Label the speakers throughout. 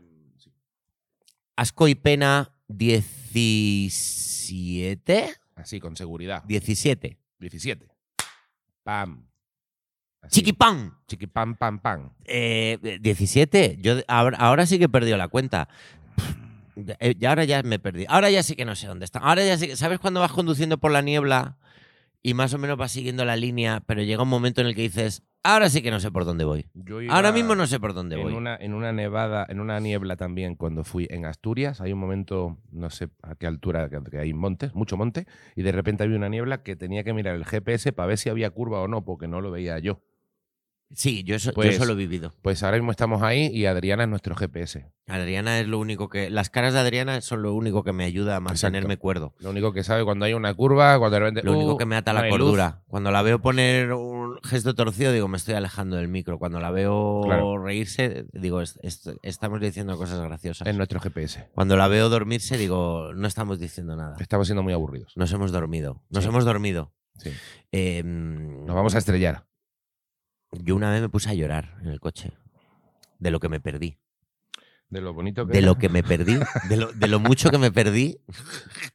Speaker 1: Mm, Asco y Pena 17.
Speaker 2: Así, con seguridad.
Speaker 1: 17.
Speaker 2: 17. Pam. Así.
Speaker 1: Chiquipán.
Speaker 2: Chiqui pam, pam, pam.
Speaker 1: Eh, 17. Yo de- ahora, ahora sí que he perdido la cuenta. Pff, eh, Y ahora ya me perdí. Ahora ya sí que no sé dónde está. Ahora ya sí que- ¿Sabes cuando vas conduciendo por la niebla y más o menos vas siguiendo la línea, pero llega un momento en el que dices, ahora sí que no sé por dónde voy?
Speaker 2: Yo iba
Speaker 1: Ahora mismo no sé por dónde
Speaker 2: en
Speaker 1: voy.
Speaker 2: Una, en una nevada, en una niebla también, cuando fui en Asturias, hay un momento, no sé a qué altura, que- que hay montes, mucho monte, y de repente había una niebla que tenía que mirar el GPS para ver si había curva o no, porque no lo veía yo.
Speaker 1: Sí, yo eso, yo
Speaker 2: Pues-
Speaker 1: eso lo he vivido.
Speaker 2: Pues ahora mismo estamos ahí y Adriana es nuestro GPS.
Speaker 1: Adriana es lo único que. Las caras de Adriana son lo único que me ayuda a mantenerme cuerdo.
Speaker 2: Lo único que sabe cuando hay una curva, cuando de repente.
Speaker 1: Lo único
Speaker 2: "Uh,
Speaker 1: que me ata
Speaker 2: no
Speaker 1: la
Speaker 2: hay luz".
Speaker 1: cordura. Cuando la veo poner un gesto torcido, digo, me estoy alejando del micro. Cuando la veo
Speaker 2: Claro.
Speaker 1: reírse, digo, "Est- est- estamos diciendo cosas graciosas.
Speaker 2: Es nuestro GPS.
Speaker 1: Cuando la veo dormirse, digo, no estamos diciendo nada.
Speaker 2: Estamos siendo muy aburridos.
Speaker 1: Nos hemos dormido. Nos
Speaker 2: Sí.
Speaker 1: hemos dormido.
Speaker 2: Sí.
Speaker 1: Eh,
Speaker 2: Nos vamos a estrellar.
Speaker 1: Yo una vez me puse a llorar en el coche. De lo que me perdí.
Speaker 2: De lo bonito que.
Speaker 1: de lo que me perdí, de lo, de lo mucho que me perdí.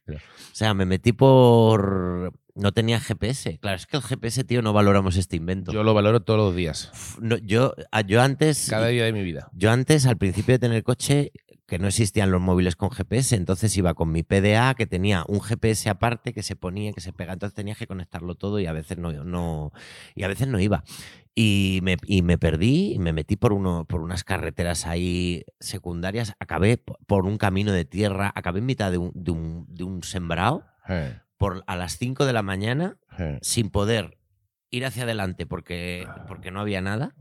Speaker 1: O sea, me metí por... No tenía GPS. Claro, es que el GPS, tío, no valoramos este invento.
Speaker 2: Yo lo valoro todos los días.
Speaker 1: Uf, no, yo, a- yo antes...
Speaker 2: Cada día de mi vida.
Speaker 1: Yo antes, al principio de tener coche, que no existían los móviles con GPS, entonces iba con mi PDA que tenía un GPS aparte que se ponía, que se pegaba, entonces tenías que conectarlo todo y a veces no, no, y a veces no iba. Y me, y me perdí y me metí por, uno, por unas carreteras ahí secundarias, acabé po- por un camino de tierra, acabé en mitad de un, de un, de un sembrado
Speaker 2: Eh,
Speaker 1: por, a las 5 de la mañana
Speaker 2: eh.
Speaker 1: sin poder ir hacia adelante porque, porque no había nada,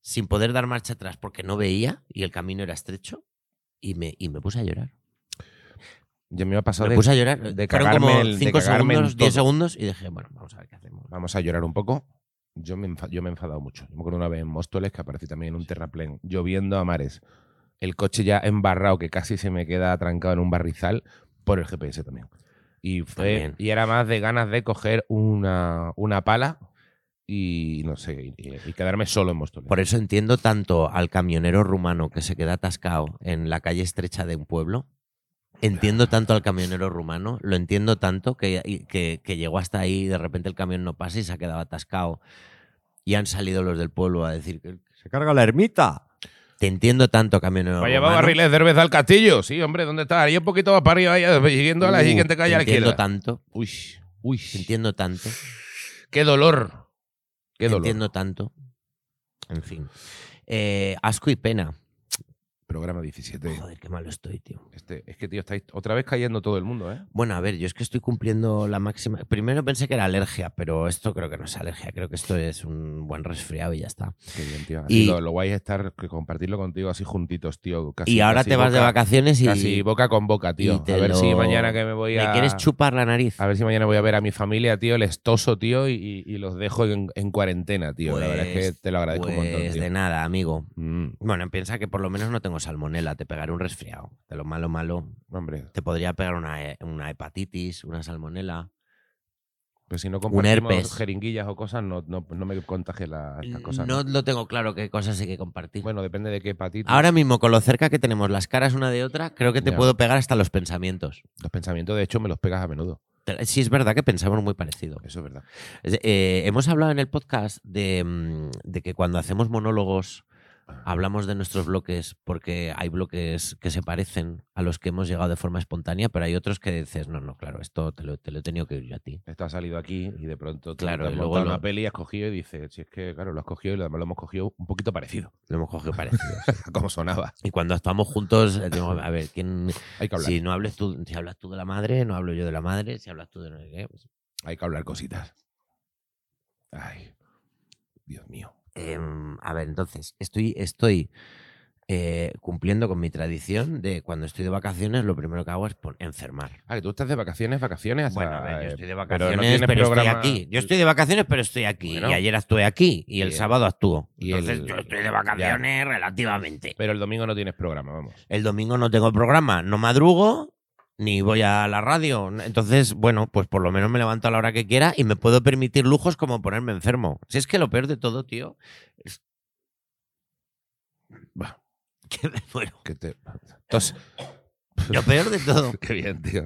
Speaker 1: sin poder dar marcha atrás porque no veía y el camino era estrecho, y me, y me puse a llorar.
Speaker 2: Ya me ha pasado
Speaker 1: Me
Speaker 2: de-
Speaker 1: puse a llorar.
Speaker 2: de
Speaker 1: Fueron
Speaker 2: cagarme
Speaker 1: como
Speaker 2: el- de
Speaker 1: 5
Speaker 2: cagarme en
Speaker 1: segundos, 10
Speaker 2: todo.
Speaker 1: segundos, y dije, bueno, vamos a ver qué hacemos.
Speaker 2: Vamos a llorar un poco. Yo me, enfa- yo me he enfadado mucho. Yo me acuerdo una vez en Móstoles que aparecí también en un terraplén, lloviendo a mares. El coche ya embarrado, que casi se me queda atrancado en un barrizal, por el GPS también. Y, fue,
Speaker 1: También.
Speaker 2: y era más de ganas de coger una, una pala y no sé, y, y quedarme solo en Móstoles.
Speaker 1: Por eso entiendo tanto al camionero rumano que se queda atascado en la calle estrecha de un pueblo. Entiendo tanto al camionero rumano, lo entiendo tanto que, y- que- que llegó hasta ahí y de repente el camión no pasa y se ha quedado atascado. Y han salido los del pueblo a decir que
Speaker 3: Se carga la ermita.
Speaker 1: te entiendo tanto, camionero
Speaker 2: Me ha llevado
Speaker 1: rumano.
Speaker 2: barriles de cerveza al castillo. Sí, hombre, ¿dónde estás? Ahí un poquito más para arriba, ahí, siguiendo a la
Speaker 1: Uh,
Speaker 2: siguiente calle a la
Speaker 1: Te entiendo
Speaker 2: izquierda.
Speaker 1: tanto,
Speaker 2: Uy, uy,
Speaker 1: te entiendo tanto,
Speaker 2: qué dolor. Qué
Speaker 1: te
Speaker 2: dolor.
Speaker 1: entiendo tanto. En fin. Eh, asco y pena.
Speaker 2: Programa 17.
Speaker 1: Joder, qué malo estoy, tío.
Speaker 2: Este, es que, tío, estáis otra vez cayendo todo el mundo, ¿eh?
Speaker 1: Bueno, a ver, yo es que estoy cumpliendo la máxima. Primero pensé que era alergia, pero esto creo que no es alergia. Creo que esto es un buen resfriado y ya está.
Speaker 2: Qué bien, tío.
Speaker 1: Y-
Speaker 2: Así lo, lo guay es estar, que compartirlo contigo así juntitos, tío. Casi,
Speaker 1: y ahora
Speaker 2: casi
Speaker 1: te vas de
Speaker 2: boca-
Speaker 1: vacaciones y
Speaker 2: Casi boca con boca,
Speaker 1: y
Speaker 2: tío.
Speaker 1: te
Speaker 2: A ver
Speaker 1: lo-
Speaker 2: si mañana que me voy a...
Speaker 1: me quieres chupar la nariz.
Speaker 2: A ver si mañana voy a ver a mi familia, tío, el estoso, tío, y, y- y los dejo en, en cuarentena, tío. la verdad es que
Speaker 1: Pues-
Speaker 2: te lo agradezco
Speaker 1: Pues
Speaker 2: un montón, tío.
Speaker 1: de nada, amigo.
Speaker 2: Mm,
Speaker 1: Bueno, piensa que por lo menos no tengo salmonela, te pegaré un resfriado. De lo malo, malo.
Speaker 2: hombre,
Speaker 1: Te podría pegar una, he- una hepatitis, una salmonela.
Speaker 2: pero pues si no
Speaker 1: herpes.
Speaker 2: compartimos jeringuillas o cosas, no, no, no me contagie la- estas cosas.
Speaker 1: no
Speaker 2: ¿no?
Speaker 1: lo tengo claro qué cosas hay que compartir.
Speaker 2: Bueno, depende de qué hepatitis.
Speaker 1: Ahora mismo, con lo cerca que tenemos las caras una de otra, creo que te
Speaker 2: Ya.
Speaker 1: puedo pegar hasta los pensamientos.
Speaker 2: Los pensamientos, de hecho, me los pegas a menudo.
Speaker 1: Te- Sí, es verdad que pensamos muy parecido.
Speaker 2: Eso es verdad.
Speaker 1: Es de- eh, hemos hablado en el podcast de, mm, de que cuando hacemos monólogos hablamos de nuestros bloques porque hay bloques que se parecen a los que hemos llegado de forma espontánea, pero hay otros que dices, no, no, claro, esto te lo, te lo he tenido que ir yo a ti.
Speaker 2: Esto ha salido aquí y de pronto tú
Speaker 1: Claro,
Speaker 2: te has
Speaker 1: y luego
Speaker 2: montado
Speaker 1: lo-
Speaker 2: una peli, has cogido y dices, si es que, claro, lo has cogido y además lo hemos cogido un poquito parecido
Speaker 1: Lo hemos cogido parecido. sí.
Speaker 2: a como sonaba.
Speaker 1: y cuando actuamos juntos, eh, digo, a ver, ¿quién,
Speaker 2: Hay que hablar,
Speaker 1: si no hables tú, si hablas tú de la madre, no hablo yo de la madre, si hablas tú de no sé qué, pues,
Speaker 2: hay que hablar cositas. Ay, Dios mío.
Speaker 1: Em, a ver, entonces, estoy, estoy eh, cumpliendo con mi tradición de cuando estoy de vacaciones, lo primero que hago es pon- enfermar.
Speaker 2: Ah, que tú estás de vacaciones, vacaciones. hasta,
Speaker 1: Bueno, a ver, yo
Speaker 2: eh,
Speaker 1: estoy
Speaker 2: pero
Speaker 1: de
Speaker 2: no
Speaker 1: vacaciones, pero,
Speaker 2: tienes programa-
Speaker 1: estoy aquí. Yo estoy de vacaciones, pero estoy aquí.
Speaker 2: Bueno.
Speaker 1: y ayer estuve aquí y el
Speaker 2: Y el-
Speaker 1: sábado actúo.
Speaker 2: y
Speaker 1: Entonces,
Speaker 2: el-
Speaker 1: yo estoy de vacaciones relativamente.
Speaker 2: Pero el domingo no tienes programa, vamos.
Speaker 1: El domingo no tengo programa, no madrugo ni voy a la radio. Entonces, bueno, pues por lo menos me levanto a la hora que quiera y me puedo permitir lujos como ponerme enfermo. Si es que lo peor de todo, tío, es...
Speaker 2: Bah.
Speaker 1: que me muero.
Speaker 2: Que te... Tos-
Speaker 1: Lo peor de todo.
Speaker 2: Qué bien, tío.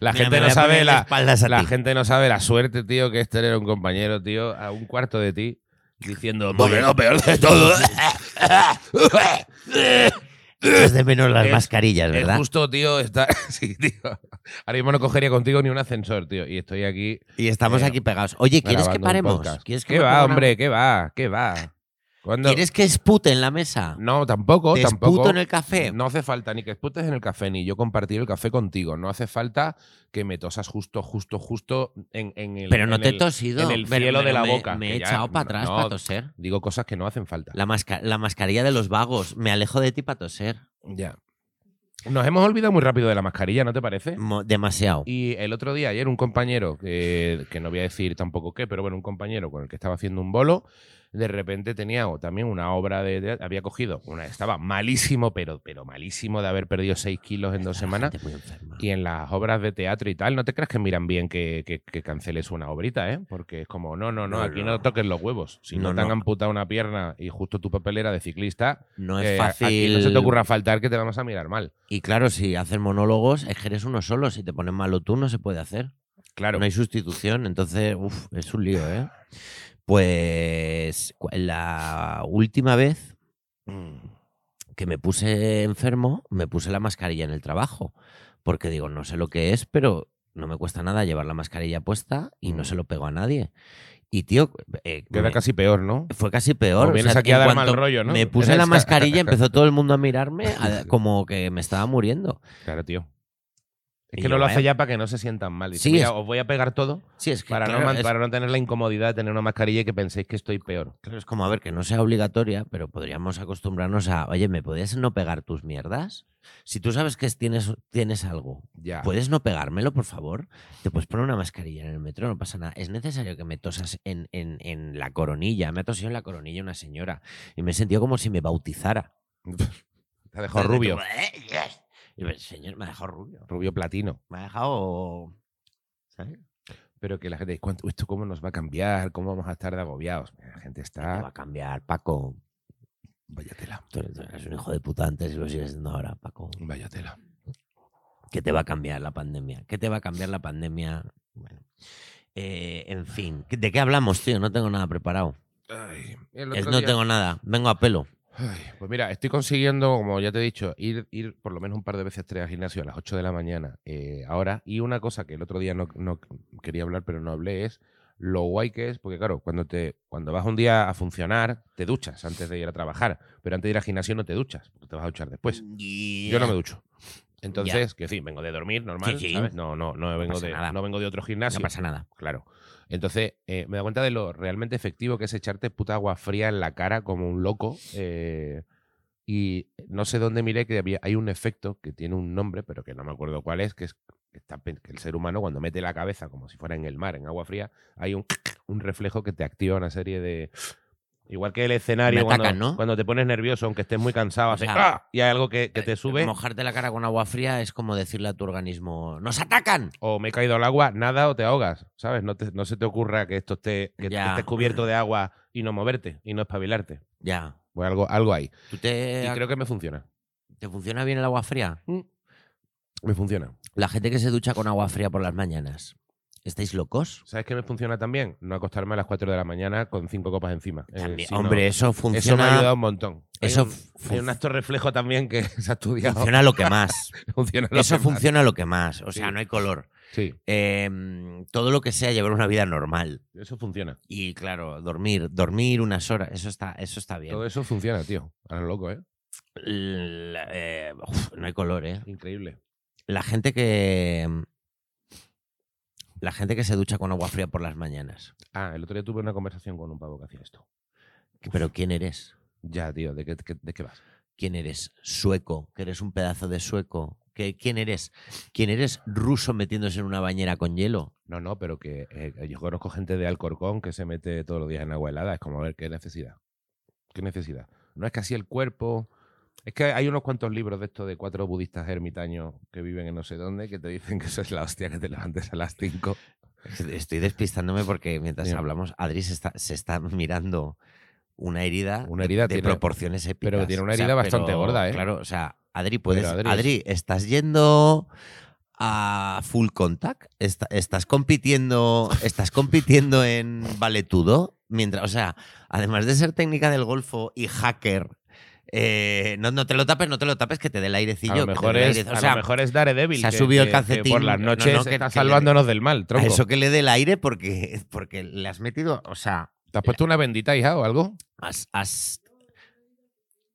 Speaker 2: la
Speaker 1: Mira, me
Speaker 2: gente
Speaker 1: voy
Speaker 2: no
Speaker 1: a
Speaker 2: sabe
Speaker 1: poner de
Speaker 2: la,
Speaker 1: espaldas a
Speaker 2: la
Speaker 1: ti.
Speaker 2: gente no sabe la suerte, tío, que este era un compañero, tío, a un cuarto de ti, diciendo, porque lo peor de todo
Speaker 1: Echas de menos las
Speaker 2: Es-
Speaker 1: mascarillas,
Speaker 2: es
Speaker 1: ¿verdad?
Speaker 2: justo, tío, está... Sí, tío. Ahora mismo no cogería contigo ni un ascensor, tío, y estoy aquí
Speaker 1: Y estamos
Speaker 2: Eh,
Speaker 1: aquí pegados. Oye, ¿quieres
Speaker 2: grabando
Speaker 1: que
Speaker 2: un
Speaker 1: paremos?
Speaker 2: podcast.
Speaker 1: ¿Quieres que
Speaker 2: ¿Qué
Speaker 1: me
Speaker 2: va,
Speaker 1: ponga una-
Speaker 2: hombre? ¿Qué va? ¿Qué va? ¿Cuándo?
Speaker 1: ¿Quieres que espute en la mesa?
Speaker 2: No, tampoco,
Speaker 1: ¿Te
Speaker 2: tampoco.
Speaker 1: esputo en el café?
Speaker 2: No hace falta ni que esputes en el café, ni yo compartir el café contigo. No hace falta que me tosas justo, justo, justo en, en el.
Speaker 1: pero no
Speaker 2: en
Speaker 1: te he
Speaker 2: el-
Speaker 1: tosido.
Speaker 2: en el
Speaker 1: pero-
Speaker 2: cielo de
Speaker 1: pero
Speaker 2: la
Speaker 1: me-
Speaker 2: boca,
Speaker 1: Me, he
Speaker 2: que ya-
Speaker 1: echado para atrás
Speaker 2: no.
Speaker 1: para toser.
Speaker 2: Digo cosas que no hacen falta.
Speaker 1: La, masca- la mascarilla de los vagos. Me alejo de ti para toser.
Speaker 2: Ya. Nos hemos olvidado muy rápido de la mascarilla, ¿no te parece?
Speaker 1: Mo- demasiado.
Speaker 2: ¿Eh? Y el otro día, ayer, un compañero, que, que no voy a decir tampoco qué, pero bueno, un compañero con el que estaba haciendo un bolo, de repente tenía o- también una obra de, de- Había cogido una. Estaba malísimo, pero, pero malísimo de haber perdido 6 kilos en dos
Speaker 1: Está la
Speaker 2: semanas.
Speaker 1: gente muy enferma.
Speaker 2: Y en las obras de teatro y tal, no te creas que miran bien que, que- que canceles una obrita, ¿eh? Porque es como, no, no, no,
Speaker 1: No,
Speaker 2: aquí no,
Speaker 1: no.
Speaker 2: toques los huevos. Si no,
Speaker 1: No,
Speaker 2: te han
Speaker 1: no.
Speaker 2: amputado una pierna y justo tu papelera de ciclista,
Speaker 1: no es
Speaker 2: eh,
Speaker 1: fácil.
Speaker 2: aquí no se te ocurra faltar que te vamos a mirar mal.
Speaker 1: Y claro, si haces monólogos, es que eres uno solo. Si te pones malo tú, no se puede hacer.
Speaker 2: Claro.
Speaker 1: No hay sustitución. Entonces, uff, es un lío, ¿eh? Pues cu- la última vez Mm. que me puse enfermo, me puse la mascarilla en el trabajo. Porque digo, no sé lo que es, pero no me cuesta nada llevar la mascarilla puesta y
Speaker 2: Mm.
Speaker 1: no se lo pego a nadie. Y tío, eh,
Speaker 2: Queda
Speaker 1: me-
Speaker 2: casi peor, ¿no?
Speaker 1: fue casi peor.
Speaker 2: O vienes Pues aquí a
Speaker 1: Pues en
Speaker 2: dar mal
Speaker 1: cuanto
Speaker 2: rollo, ¿no?
Speaker 1: Me puse
Speaker 2: Eres-
Speaker 1: la mascarilla, empezó todo el mundo a mirarme a- como que me estaba muriendo.
Speaker 2: Claro, tío. Es
Speaker 1: Y
Speaker 2: que no
Speaker 1: yo,
Speaker 2: lo hace
Speaker 1: vaya.
Speaker 2: ya para que no se sientan mal. Dice,
Speaker 1: Sí,
Speaker 2: "Mira,
Speaker 1: es-
Speaker 2: os voy a pegar todo
Speaker 1: Sí, es que
Speaker 2: para,
Speaker 1: claro,
Speaker 2: no, man-
Speaker 1: es,
Speaker 2: para no tener la incomodidad de tener una mascarilla y que penséis que estoy peor.
Speaker 1: claro, es como, a ver, que no sea obligatoria, pero podríamos acostumbrarnos a, oye, ¿me podías no pegar tus mierdas? Si tú sabes que tienes, tienes algo,
Speaker 2: Ya.
Speaker 1: ¿puedes no pegármelo, por favor? Te puedes poner una mascarilla en el metro, no pasa nada. Es necesario que me tosas en, en- en la coronilla. Me ha tosido en la coronilla una señora y me he sentido como si me bautizara.
Speaker 2: Te ha dejado rubio.
Speaker 1: Y yo, "Eh, yes". Y, señor, me ha dejado rubio.
Speaker 2: Rubio platino.
Speaker 1: Me ha dejado... ¿sabes?
Speaker 2: Pero que la gente, "¿Cuánto- ¿esto cómo nos va a cambiar? ¿Cómo vamos a estar de agobiados? La gente
Speaker 1: ¿Qué te va
Speaker 2: está.
Speaker 1: a cambiar, Paco.
Speaker 2: Vaya tela.
Speaker 1: Tú eres tú eres un hijo de puta antes y lo sigues siendo ahora, Paco.
Speaker 2: Vaya tela.
Speaker 1: ¿Qué te va a cambiar la pandemia? ¿Qué te va a cambiar la pandemia? Bueno. Eh, en fin, ¿de qué hablamos, tío? No tengo nada preparado.
Speaker 2: Ay, el
Speaker 1: Es
Speaker 2: otro
Speaker 1: no
Speaker 2: día-
Speaker 1: tengo nada. Vengo a pelo.
Speaker 2: Ay, pues mira, estoy consiguiendo, como ya te he dicho, ir, ir por lo menos un par de veces tres al gimnasio a las 8 de la mañana eh, ahora. Y una cosa que el otro día no, no quería hablar, pero no hablé, es lo guay que es, porque claro, cuando, te, cuando vas un día a funcionar, te duchas antes de ir a trabajar, pero antes de ir al gimnasio no te duchas, porque te vas a duchar
Speaker 1: pues,
Speaker 2: después. Mm, Yo no me ducho. Entonces, que sí, vengo de dormir, normal,
Speaker 1: Sí, sí.
Speaker 2: ¿sabes? No, no, no, vengo
Speaker 1: pasa
Speaker 2: de,
Speaker 1: nada.
Speaker 2: no vengo de otro
Speaker 1: No
Speaker 2: gimnasio.
Speaker 1: pasa nada.
Speaker 2: Claro. Entonces, eh, me da cuenta de lo realmente efectivo que es echarte puta agua fría en la cara como un loco. eh, y no sé dónde miré que había, hay un efecto que tiene un nombre, pero que no me acuerdo cuál es, que es que está pen- que el ser humano cuando mete la cabeza como si fuera en el mar, en agua fría, hay un, un reflejo que te activa una serie de... Igual que el escenario,
Speaker 1: Me atacan,
Speaker 2: cuando,
Speaker 1: ¿no?
Speaker 2: cuando te pones nervioso, aunque estés muy cansado,
Speaker 1: O
Speaker 2: haces
Speaker 1: sea,
Speaker 2: ¡ah! y hay algo que, que te sube,
Speaker 1: Mojarte la cara con agua fría es como decirle a tu organismo, ¡nos atacan!
Speaker 2: o me he caído al agua, nada o te ahogas, ¿sabes? No, te- no se te ocurra que esto esté, que
Speaker 1: Ya.
Speaker 2: estés cubierto de agua y no moverte y no espabilarte.
Speaker 1: Ya.
Speaker 2: Pues algo, algo ahí.
Speaker 1: ¿Tú te,
Speaker 2: Y creo que me funciona.
Speaker 1: ¿Te funciona bien el agua fría?
Speaker 2: Me funciona.
Speaker 1: La gente que se ducha con agua fría por las mañanas. ¿Estáis locos?
Speaker 2: ¿Sabes qué me funciona también? No acostarme a las 4 de la mañana con cinco copas encima. Eh,
Speaker 1: También-
Speaker 2: si no-
Speaker 1: hombre, eso
Speaker 2: eso me
Speaker 1: funciona.
Speaker 2: ha ayudado un montón. Hay
Speaker 1: eso
Speaker 2: un-
Speaker 1: fu-
Speaker 2: hay un acto reflejo también que se ha estudiado.
Speaker 1: funciona lo que más.
Speaker 2: Funciona lo
Speaker 1: Eso
Speaker 2: que más.
Speaker 1: funciona lo que más. O sea,
Speaker 2: Sí.
Speaker 1: no hay color.
Speaker 2: Sí,
Speaker 1: Eh, todo lo que sea llevar una vida normal.
Speaker 2: eso funciona.
Speaker 1: Y claro, dormir, dormir unas horas, eso está, eso está bien.
Speaker 2: Todo eso funciona, tío. A lo loco, ¿eh?
Speaker 1: La- eh, uf, no hay color, ¿eh?
Speaker 2: Increíble.
Speaker 1: La gente que. em, La gente que se ducha con agua fría por las mañanas.
Speaker 2: Ah, el otro día tuve una conversación con un pavo que hacía esto.
Speaker 1: Pero ¿quién eres?
Speaker 2: Ya, tío, ¿de qué, qué- de qué vas?
Speaker 1: ¿Quién eres? Sueco, que eres un pedazo de sueco. ¿Qué- ¿Quién eres? ¿Quién eres ruso metiéndose en una bañera con hielo?
Speaker 2: No, no, pero que eh, yo conozco gente de Alcorcón que se mete todos los días en agua helada. Es como, a ver, ¿qué necesidad? ¿Qué necesidad? No es que así el cuerpo... Es que hay unos cuantos libros de estos de cuatro budistas ermitaños que viven en no sé dónde que te dicen que eso es la hostia que te levantes a las 5.
Speaker 1: Estoy despistándome porque mientras
Speaker 2: Bien.
Speaker 1: hablamos, Adri se está, se está mirando una herida
Speaker 2: Una herida
Speaker 1: Ah, de
Speaker 2: tiene-
Speaker 1: proporciones épicas.
Speaker 2: tiene una herida bastante gorda, ¿eh?
Speaker 1: Claro, o sea, Adri, puedes.
Speaker 2: Pero,
Speaker 1: Adri,
Speaker 2: Adri,
Speaker 1: estás yendo a full contact. Esta- estás compitiendo. Estás compitiendo en valetudo. Mientras, o sea, además de ser técnica del golfo y hacker. eh, no, no te lo tapes, no te lo tapes, que te dé el airecillo.
Speaker 2: A lo
Speaker 1: que te
Speaker 2: mejor
Speaker 1: dé el
Speaker 2: es,
Speaker 1: airecillo.
Speaker 2: a
Speaker 1: o
Speaker 2: lo
Speaker 1: sea,
Speaker 2: mejor es Daredevil.
Speaker 1: se ha
Speaker 2: que-
Speaker 1: subido el
Speaker 2: que- que
Speaker 1: calcetín.
Speaker 2: por las
Speaker 1: No, no,
Speaker 2: noches
Speaker 1: que-
Speaker 2: está
Speaker 1: que-
Speaker 2: salvándonos del mal,
Speaker 1: a
Speaker 2: tronco.
Speaker 1: eso que le dé el aire porque, porque le has metido. O sea,
Speaker 2: ¿Te has puesto una bendita, hija, o algo?
Speaker 1: has- has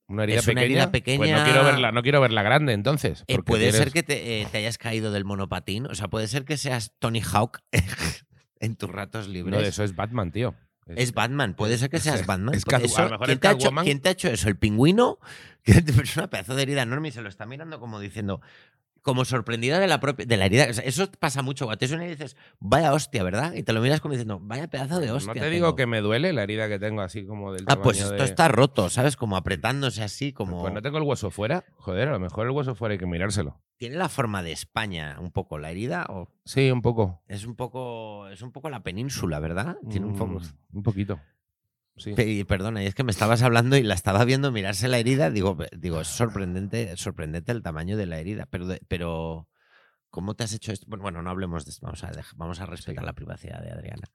Speaker 2: ¿Una herida,
Speaker 1: Es una
Speaker 2: pequeña?
Speaker 1: herida
Speaker 2: Pues no
Speaker 1: pequeña.
Speaker 2: quiero verla, no quiero verla grande, entonces.
Speaker 1: Eh,
Speaker 2: porque
Speaker 1: puede
Speaker 2: tienes-
Speaker 1: ser que te, eh, te hayas caído del monopatín. O sea, puede ser que seas Tony Hawk en tus ratos
Speaker 2: No,
Speaker 1: libres.
Speaker 2: de eso es Batman, tío.
Speaker 1: es Batman, puede ser que seas Batman.
Speaker 2: es
Speaker 1: Por
Speaker 2: Catwoman.
Speaker 1: eso,
Speaker 2: A lo mejor
Speaker 1: ¿quién,
Speaker 2: es
Speaker 1: te ha hecho,
Speaker 2: Catwoman.
Speaker 1: quién te ha hecho eso? ¿El pingüino? Que te- Es una pedazo de herida enorme y se lo está mirando como diciendo, como sorprendida de la propia de la herida. O sea, eso pasa mucho. Cuando te suena y dices, vaya hostia, ¿verdad? Y te lo miras como diciendo, vaya pedazo Ah, de hostia.
Speaker 2: no te digo
Speaker 1: tengo".
Speaker 2: que me duele la herida que tengo, así como del
Speaker 1: Ah, pues
Speaker 2: tamaño
Speaker 1: esto
Speaker 2: de-
Speaker 1: está roto, ¿sabes? Como apretándose así, como.
Speaker 2: Pues no tengo el hueso fuera. Joder, a lo mejor el hueso fuera hay que mirárselo.
Speaker 1: Tiene la forma de España un poco la herida o
Speaker 2: Sí, un poco.
Speaker 1: Es un poco, es un poco la península, ¿verdad? Tiene un poco.
Speaker 2: Mm, Un poquito. Sí.
Speaker 1: Pe- y Perdona, y es que me estabas hablando y la estaba viendo mirarse la herida. Digo, pe- digo, es sorprendente, sorprendente el tamaño de la herida. Pero, de- pero ¿cómo te has hecho esto? Bueno, Bueno, no hablemos de esto. Vamos a, dej- vamos a respetar la privacidad de Adriana.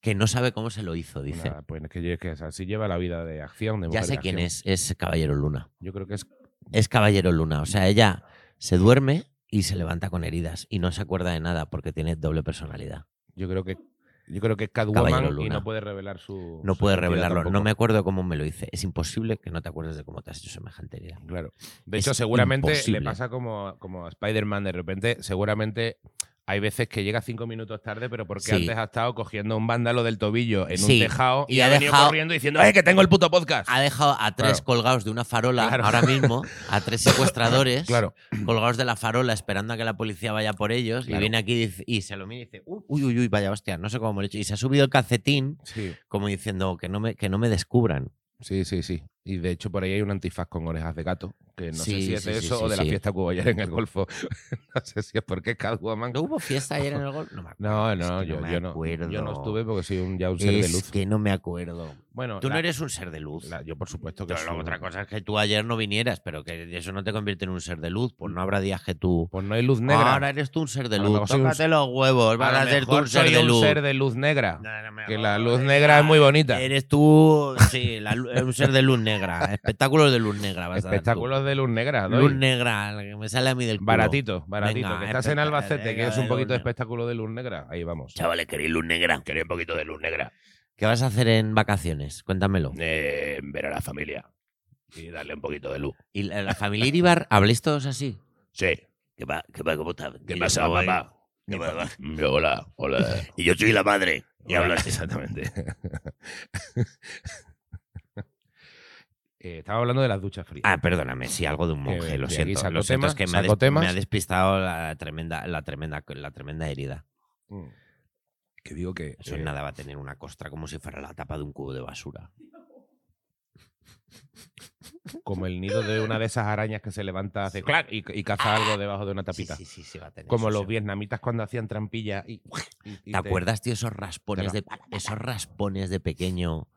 Speaker 1: Que no sabe cómo se lo hizo, dice.
Speaker 2: Nada, pues es que, es que así lleva la vida de acción. De
Speaker 1: ya
Speaker 2: mujer
Speaker 1: sé
Speaker 2: de
Speaker 1: quién
Speaker 2: acción.
Speaker 1: es, es Caballero Luna.
Speaker 2: Yo creo que es.
Speaker 1: Es Caballero Luna. O sea, ella se duerme y se levanta con heridas y no se acuerda de nada porque tiene doble personalidad.
Speaker 2: Yo creo que. Yo creo que es
Speaker 1: Caballero
Speaker 2: Catwoman y
Speaker 1: Luna.
Speaker 2: no puede revelar su.
Speaker 1: Pues No
Speaker 2: su
Speaker 1: puedes
Speaker 2: identidad
Speaker 1: revelarlo. No
Speaker 2: tampoco.
Speaker 1: me acuerdo cómo me lo hice. Es imposible que no te acuerdes de cómo te has hecho semejante herida.
Speaker 2: Claro. De
Speaker 1: Es
Speaker 2: hecho, seguramente
Speaker 1: imposible.
Speaker 2: le pasa como, como a Spider-Man de repente. Seguramente hay veces que llega cinco minutos tarde, pero porque
Speaker 1: Sí.
Speaker 2: antes ha estado cogiendo un vándalo del tobillo en
Speaker 1: Sí.
Speaker 2: un tejado y,
Speaker 1: Y
Speaker 2: ha,
Speaker 1: ha
Speaker 2: venido
Speaker 1: dejado-
Speaker 2: corriendo diciendo ¡Eh, que tengo el puto podcast!
Speaker 1: Ha dejado a tres
Speaker 2: Claro.
Speaker 1: colgados de una farola
Speaker 2: Claro.
Speaker 1: ahora mismo, a tres secuestradores
Speaker 2: Claro.
Speaker 1: colgados de la farola esperando a que la policía vaya por ellos. Y
Speaker 2: Claro.
Speaker 1: viene aquí y dice- y se lo mira y dice, "Uy, uy, uy, uy, vaya hostia, no sé cómo me lo he hecho. Y se ha subido el calcetín
Speaker 2: Sí,
Speaker 1: como diciendo que no me, que no me descubran.
Speaker 2: sí, sí, sí. Y de hecho, por ahí hay un antifaz con orejas de gato, que no sé
Speaker 1: Sí,
Speaker 2: si es
Speaker 1: sí,
Speaker 2: de
Speaker 1: sí,
Speaker 2: eso
Speaker 1: sí,
Speaker 2: o de la
Speaker 1: sí.
Speaker 2: fiesta cuboyera en el Golfo. no sé si es porque es Catwoman.
Speaker 1: ¿No hubo fiesta ayer en el gol? No me acuerdo.
Speaker 2: No,
Speaker 1: Es
Speaker 2: no,
Speaker 1: que
Speaker 2: yo,
Speaker 1: me
Speaker 2: yo no,
Speaker 1: acuerdo.
Speaker 2: yo no estuve porque soy un, ya un ser
Speaker 1: es
Speaker 2: de luz.
Speaker 1: que no me acuerdo.
Speaker 2: Bueno,
Speaker 1: Tú no
Speaker 2: la-
Speaker 1: eres un ser de luz.
Speaker 2: la- yo por supuesto que
Speaker 1: Pero luego
Speaker 2: soy-
Speaker 1: otra cosa es que tú ayer no vinieras, pero que eso no te convierte en un ser de luz, pues no habrá días que tú.
Speaker 2: Pues no hay luz negra.
Speaker 1: Ahora eres tú un ser de
Speaker 2: A lo
Speaker 1: luz.
Speaker 2: mejor soy un-
Speaker 1: Tócate los huevos, vas a,
Speaker 2: lo
Speaker 1: ser tú
Speaker 2: mejor
Speaker 1: un ser
Speaker 2: soy
Speaker 1: de
Speaker 2: un
Speaker 1: luz.
Speaker 2: ser de luz negra.
Speaker 1: No, no me
Speaker 2: Que la
Speaker 1: jodas,
Speaker 2: luz negra es muy bonita.
Speaker 1: Eres tú, sí, la lu- un ser de luz negra. Espectáculos de luz negra vas a dar tú.
Speaker 2: Espectáculos de luz negra. doy.
Speaker 1: Luz negra, la que me sale a mí del culo.
Speaker 2: Baratito, baratito.
Speaker 1: Venga,
Speaker 2: que estás en
Speaker 1: espectacular,
Speaker 2: Albacete, que
Speaker 1: venga,
Speaker 2: es
Speaker 1: de
Speaker 2: un
Speaker 1: luz
Speaker 2: poquito de
Speaker 1: negra.
Speaker 2: espectáculo de luz negra. Ahí vamos.
Speaker 1: Chavales, queréis luz negra.
Speaker 2: Quería un poquito de luz negra.
Speaker 1: ¿Qué vas a hacer en vacaciones? Cuéntamelo.
Speaker 2: eh, ver a la familia y darle un poquito de luz.
Speaker 1: ¿Y la, la familia Iribar, habléis todos así?
Speaker 2: Sí.
Speaker 1: ¿Qué va? ¿Qué va? ¿Cómo estás? ¿Qué pasa?
Speaker 2: Mm, Hola, hola.
Speaker 1: Y yo soy la madre.
Speaker 2: Y hablas exactamente. Eh, estaba hablando de las duchas frías.
Speaker 1: Ah, perdóname, sí, algo de un
Speaker 2: Que
Speaker 1: monje, lo
Speaker 2: de aquí
Speaker 1: siento.
Speaker 2: sacó
Speaker 1: Lo siento,
Speaker 2: temas,
Speaker 1: es que me ha,
Speaker 2: sacó
Speaker 1: des-
Speaker 2: temas.
Speaker 1: me ha despistado la tremenda, la tremenda, la tremenda herida.
Speaker 2: Mm. Que digo que.
Speaker 1: Eso
Speaker 2: eh,
Speaker 1: nada va a tener una costra como si fuera la tapa de un cubo de basura.
Speaker 2: como el nido de una de esas arañas que se levanta hace clac y, y caza algo debajo de una
Speaker 1: Ah, Sí,
Speaker 2: tapita.
Speaker 1: sí, sí, sí, va a tener.
Speaker 2: Como
Speaker 1: sí,
Speaker 2: los
Speaker 1: sí.
Speaker 2: vietnamitas cuando hacían trampilla y, y- y
Speaker 1: ¿Te acuerdas, tío, esos raspones
Speaker 2: te
Speaker 1: de esos raspones de pequeño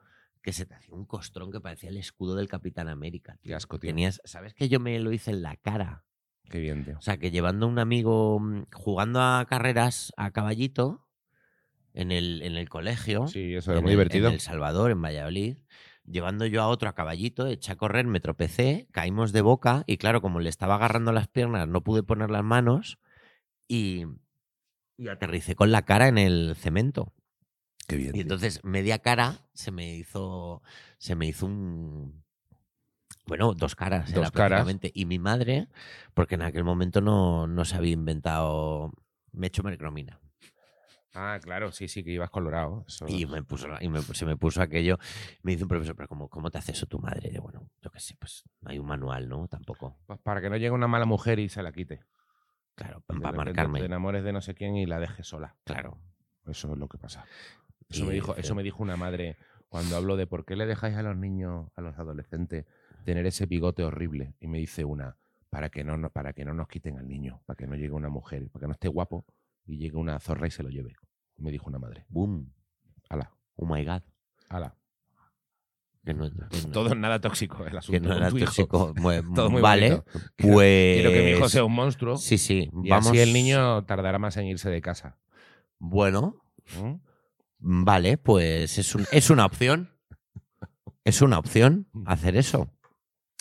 Speaker 1: que se te hacía un costrón que parecía el escudo del Capitán América? tío?
Speaker 2: Qué asco, tío.
Speaker 1: Tenías, ¿sabes que yo me lo hice en la cara?
Speaker 2: Qué bien, tío.
Speaker 1: O sea, que llevando a un amigo mm, jugando a carreras a caballito en el, en el colegio.
Speaker 2: Sí, eso era
Speaker 1: en
Speaker 2: muy
Speaker 1: el-
Speaker 2: divertido.
Speaker 1: En El Salvador, en Valladolid. Llevando yo a otro a caballito, eché a correr, me tropecé, caímos de boca y claro, como le estaba agarrando las piernas, no pude poner las manos y, y aterricé con la cara en el cemento.
Speaker 2: Qué bien.
Speaker 1: Y entonces media cara se me hizo, se me hizo un... Bueno, dos caras, era
Speaker 2: Dos caras.
Speaker 1: prácticamente. Y mi madre, porque en aquel momento no, no se había inventado mechomecromina.
Speaker 2: Ah, claro, sí, sí, que ibas colorado. eso-
Speaker 1: Y me puso, la- y me- se me puso aquello. Me dice un profesor, pero ¿cómo, cómo te hace eso tu madre? Y yo, bueno, yo qué sé, pues no hay un manual, ¿no? Tampoco.
Speaker 2: Pues para que no llegue una mala mujer y se la quite.
Speaker 1: Claro,
Speaker 2: De
Speaker 1: para
Speaker 2: repente Te
Speaker 1: marcarme.
Speaker 2: enamores de no sé quién y la dejes sola.
Speaker 1: Claro.
Speaker 2: Eso es lo que pasa. Eso,
Speaker 1: Y
Speaker 2: me dijo,
Speaker 1: dice-
Speaker 2: eso me dijo una madre cuando hablo de por qué le dejáis a los niños, a los adolescentes, tener ese bigote horrible. Y me dice una, para que no, no- para que no nos quiten al niño, para que no llegue una mujer, para que no esté guapo y llegue una zorra y se lo lleve. Me dijo una madre.
Speaker 1: Boom.
Speaker 2: Ala,
Speaker 1: Oh my God.
Speaker 2: ala.
Speaker 1: Que no, que no-
Speaker 2: Pues Todo es nada tóxico el
Speaker 1: que
Speaker 2: asunto.
Speaker 1: no
Speaker 2: con
Speaker 1: era
Speaker 2: tu hijo.
Speaker 1: tóxico. Mue-
Speaker 2: Todo muy
Speaker 1: vale,
Speaker 2: bonito. Quiero-
Speaker 1: pues.
Speaker 2: Quiero que mi hijo sea un monstruo.
Speaker 1: Sí, sí.
Speaker 2: Y
Speaker 1: Vamos.
Speaker 2: así el niño tardará más en irse de casa.
Speaker 1: Bueno,
Speaker 2: ¿Mm?
Speaker 1: Vale, pues es, un- es una opción. Es una opción hacer eso.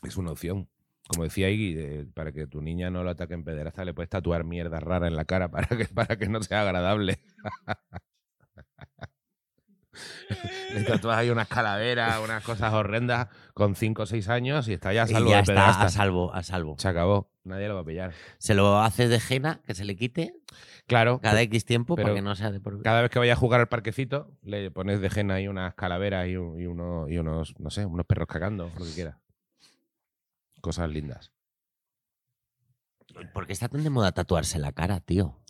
Speaker 2: Es una opción. Como decía Iggy, eh, para que tu niña no lo ataque en pederasta, le puedes tatuar mierda rara en la cara para que, para que no sea agradable. le tatúas ahí unas calaveras, unas cosas horrendas con 5 o 6 años y está ya a
Speaker 1: Y
Speaker 2: salvo
Speaker 1: ya
Speaker 2: de
Speaker 1: está,
Speaker 2: pederasta.
Speaker 1: a salvo, a salvo.
Speaker 2: Se acabó. Nadie lo va a pillar.
Speaker 1: Se lo haces de jena, que se le quite
Speaker 2: Claro.
Speaker 1: cada X tiempo para
Speaker 2: pero-
Speaker 1: que no sea de por vida.
Speaker 2: Cada vez que vaya a jugar al parquecito, le pones de jena ahí unas calaveras y, un- y uno- y unos, no sé, unos perros cagando, lo que quieras. Cosas lindas.
Speaker 1: Porque está tan de moda tatuarse la cara, tío.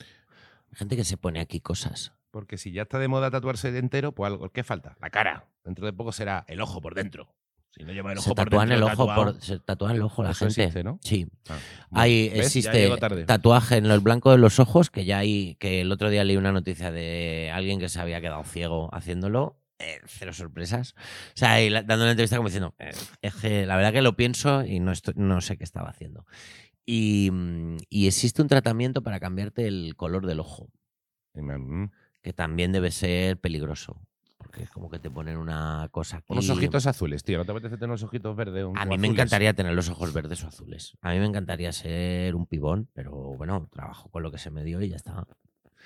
Speaker 1: Hay gente que se pone aquí cosas.
Speaker 2: Porque si ya está de moda tatuarse de entero, pues algo, ¿qué falta? La cara. Dentro de poco será eh, el ojo por dentro. Si no lleva el ojo
Speaker 1: se
Speaker 2: por
Speaker 1: tatúan
Speaker 2: dentro,
Speaker 1: el ojo,
Speaker 2: tatuado,
Speaker 1: por, se tatúan el ojo la
Speaker 2: Eso
Speaker 1: gente.
Speaker 2: existe, ¿no?
Speaker 1: Sí.
Speaker 2: Ah, bueno,
Speaker 1: Ahí
Speaker 2: ¿ves? Ya
Speaker 1: existe
Speaker 2: llego tarde.
Speaker 1: tatuaje en el blanco de los ojos, que ya hay, que el otro día leí una noticia de alguien que se había quedado ciego haciéndolo. Eh, cero sorpresas. O sea, y la- dando una entrevista como diciendo, "Eh, es que la verdad que lo pienso y no, estoy- no sé qué estaba haciendo. Y, mm, y existe un tratamiento para cambiarte el color del ojo,
Speaker 2: Y me- mm.
Speaker 1: que también debe ser peligroso. Porque es como que te ponen una cosa aquí.
Speaker 2: Unos ojitos azules, tío. ¿No te apetece tener unos ojitos verdes? o
Speaker 1: A mí me
Speaker 2: azules?
Speaker 1: encantaría tener los ojos verdes o azules. A mí me encantaría ser un pibón, pero bueno, trabajo con lo que se me dio y ya está.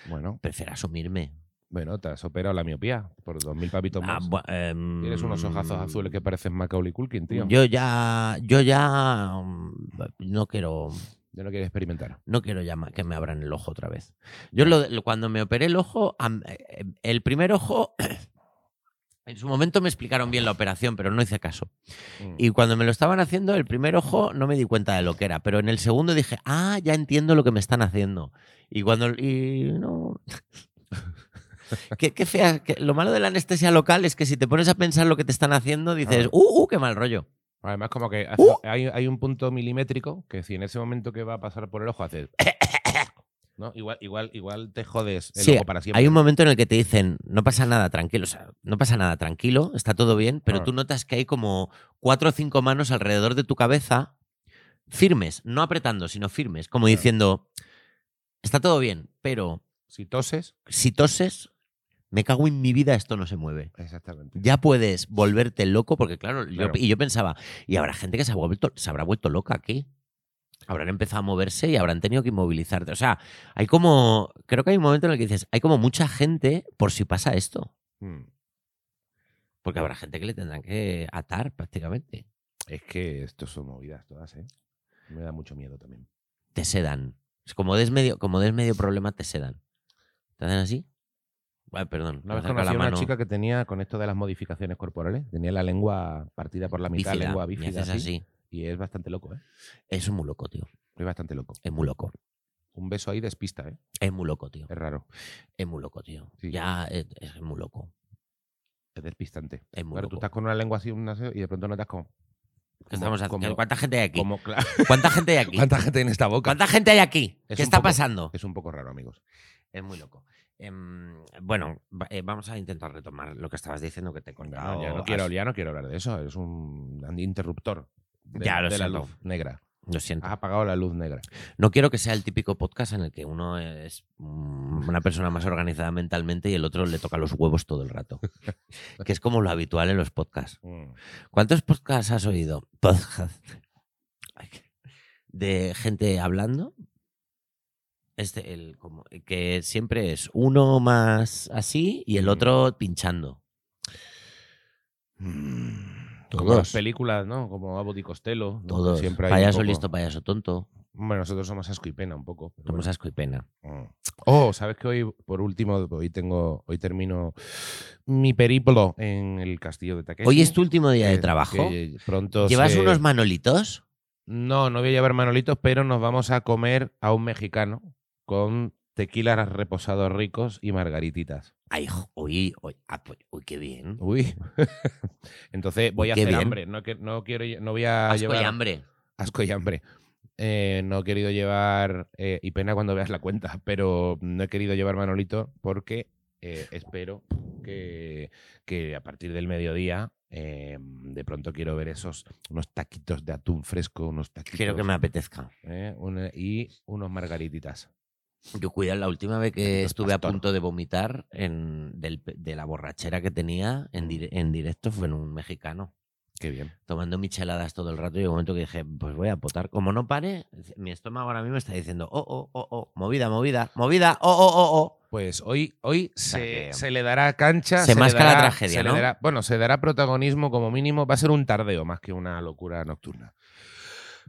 Speaker 2: Bueno,
Speaker 1: Prefiero asumirme.
Speaker 2: bueno, te has operado la miopía por 2.000 papitos
Speaker 1: Ah,
Speaker 2: más.
Speaker 1: bu- em,
Speaker 2: Tienes unos ojazos azules que parecen Macaulay Culkin, tío. Yo,
Speaker 1: Yo ya, yo ya mm, no quiero,
Speaker 2: no quiero experimentar.
Speaker 1: no quiero ya ma- que me abran el ojo otra vez. Yo lo- lo- cuando me operé el ojo, am- eh, el primer ojo, en su momento me explicaron bien la operación, pero no hice caso.
Speaker 2: Mm.
Speaker 1: Y cuando me lo estaban haciendo, el primer ojo no me di cuenta de lo que era, pero en el segundo dije, ah, ya entiendo lo que me están haciendo. Y cuando. Y no. qué, qué fea. que- lo malo de la anestesia local es que si te pones a pensar lo que te están haciendo, dices,
Speaker 2: Ah.
Speaker 1: uh, uh, qué mal rollo.
Speaker 2: Además, como que hace-
Speaker 1: ¡Uh!
Speaker 2: hay, hay un punto milimétrico que si en ese momento que va a pasar por el ojo haces. ¿no? Igual, igual, igual te jodes el
Speaker 1: Sí,
Speaker 2: ojo para siempre.
Speaker 1: Hay un momento en el que te dicen, no pasa nada, tranquilo, o sea, no pasa nada, tranquilo, está todo bien, pero
Speaker 2: Ah.
Speaker 1: tú notas que hay como cuatro o cinco manos alrededor de tu cabeza, firmes, no apretando, sino firmes,
Speaker 2: Ah.
Speaker 1: como diciendo, está todo bien, pero
Speaker 2: Si toses,
Speaker 1: si toses, me cago en mi vida, esto no se mueve.
Speaker 2: exactamente.
Speaker 1: Ya puedes volverte loco, porque claro, yo-
Speaker 2: Claro.
Speaker 1: y yo pensaba, y habrá gente que se, ha vuelto, se habrá vuelto loca aquí. Habrán empezado a moverse y habrán tenido que inmovilizarte. O sea, hay como, creo que hay un momento en el que dices, hay como mucha gente por si pasa esto.
Speaker 2: Mm.
Speaker 1: Porque habrá gente que le tendrán que atar prácticamente.
Speaker 2: Es que esto son movidas todas, ¿eh? Me da mucho miedo también.
Speaker 1: Te sedan. Es como des medio, como des medio problema, te sedan. ¿Te hacen así? Ah, perdón.
Speaker 2: Una
Speaker 1: me
Speaker 2: vez
Speaker 1: acerco
Speaker 2: conocí a una
Speaker 1: mano
Speaker 2: chica que tenía, con esto de las modificaciones corporales, tenía la lengua partida por la mitad,
Speaker 1: bífida,
Speaker 2: lengua
Speaker 1: y
Speaker 2: bífida.
Speaker 1: haces
Speaker 2: así,
Speaker 1: así.
Speaker 2: Y es bastante loco, ¿eh?
Speaker 1: Eso es muy loco, tío.
Speaker 2: Es bastante loco.
Speaker 1: Es muy loco.
Speaker 2: Un beso ahí despista, ¿eh?
Speaker 1: Es muy loco, tío.
Speaker 2: Es raro.
Speaker 1: Es muy loco, tío.
Speaker 2: Sí.
Speaker 1: Ya es, es muy loco.
Speaker 2: Es despistante.
Speaker 1: Es muy
Speaker 2: Claro, tú
Speaker 1: loco.
Speaker 2: estás con una lengua así un así, y de pronto notas como.
Speaker 1: ¿Qué estamos haciendo? eh,
Speaker 2: como-
Speaker 1: ¿Cuánta gente hay aquí?
Speaker 2: como claro,
Speaker 1: ¿Cuánta gente hay aquí?
Speaker 2: ¿Cuánta gente hay en esta boca?
Speaker 1: ¿Cuánta gente hay aquí?
Speaker 2: Es
Speaker 1: ¿Qué
Speaker 2: un
Speaker 1: está
Speaker 2: poco-
Speaker 1: pasando?
Speaker 2: Es un poco raro, amigos.
Speaker 1: Es muy loco. Em, bueno, va- eh, vamos a intentar retomar lo que estabas diciendo que te he contado.
Speaker 2: Ah, ya, no
Speaker 1: Has-
Speaker 2: quiero, ya no quiero hablar de eso. Es un interruptor de,
Speaker 1: Ya, lo
Speaker 2: de la
Speaker 1: siento.
Speaker 2: luz negra.
Speaker 1: Lo siento.
Speaker 2: Has apagado la luz negra.
Speaker 1: No quiero que sea el típico podcast en el que uno es mm, una persona más organizada mentalmente y el otro le toca los huevos todo el rato. que es como lo habitual en los podcasts.
Speaker 2: Mm.
Speaker 1: ¿Cuántos podcasts has oído? Podcast. Ay, qué- De gente hablando. Este, el, como, que siempre es uno más así y el
Speaker 2: Mm.
Speaker 1: otro pinchando.
Speaker 2: Como Mm.
Speaker 1: Todos.
Speaker 2: las películas, ¿no? Como Abbott y Costello. ¿no?
Speaker 1: Todos.
Speaker 2: Siempre hay un
Speaker 1: payaso
Speaker 2: poco-
Speaker 1: listo, payaso tonto.
Speaker 2: Bueno, nosotros somos asco y pena un poco. pero
Speaker 1: Somos
Speaker 2: bueno.
Speaker 1: asco y pena.
Speaker 2: Mm. Oh, ¿sabes que hoy, por último, hoy tengo, hoy termino mi periplo en el castillo de Takeshi?
Speaker 1: Hoy es tu último día de
Speaker 2: Que-
Speaker 1: trabajo.
Speaker 2: que Pronto
Speaker 1: ¿Llevas
Speaker 2: se-
Speaker 1: unos manolitos?
Speaker 2: No, no voy a llevar manolitos, pero nos vamos a comer a un mexicano con tequilas reposados ricos y margarititas.
Speaker 1: Ay, jo- uy, uy, ah, pues, uy, qué bien.
Speaker 2: Uy. Entonces voy a
Speaker 1: Qué
Speaker 2: hacer
Speaker 1: bien.
Speaker 2: hambre. No, que- no quiero, lle- no voy a
Speaker 1: Asco
Speaker 2: llevar
Speaker 1: y hambre.
Speaker 2: asco y hambre. Eh, no he querido llevar eh, y pena cuando veas la cuenta, pero no he querido llevar manolito porque eh, espero que, que a partir del mediodía Eh, de pronto quiero ver esos, unos taquitos de atún fresco, unos taquitos.
Speaker 1: Quiero que me apetezca.
Speaker 2: eh, una- y unos margarititas.
Speaker 1: Yo cuidado, la última vez que
Speaker 2: Taquitos
Speaker 1: estuve
Speaker 2: pastor.
Speaker 1: a punto de vomitar en, del- de la borrachera que tenía
Speaker 2: Mm.
Speaker 1: en, dire- en directo fue en un mexicano.
Speaker 2: Qué bien.
Speaker 1: Tomando micheladas todo el rato y en un momento que dije, pues voy a potar. Como no pare, mi estómago ahora mismo está diciendo, oh, oh, oh, oh, movida, movida, movida, oh, oh, oh, oh.
Speaker 2: Pues hoy, hoy se,
Speaker 1: sea que-
Speaker 2: se le dará cancha.
Speaker 1: Se
Speaker 2: le
Speaker 1: masca la
Speaker 2: dará-
Speaker 1: tragedia,
Speaker 2: se le
Speaker 1: ¿no?
Speaker 2: dará- bueno, se dará protagonismo como mínimo. Va a ser un tardeo más que una locura nocturna.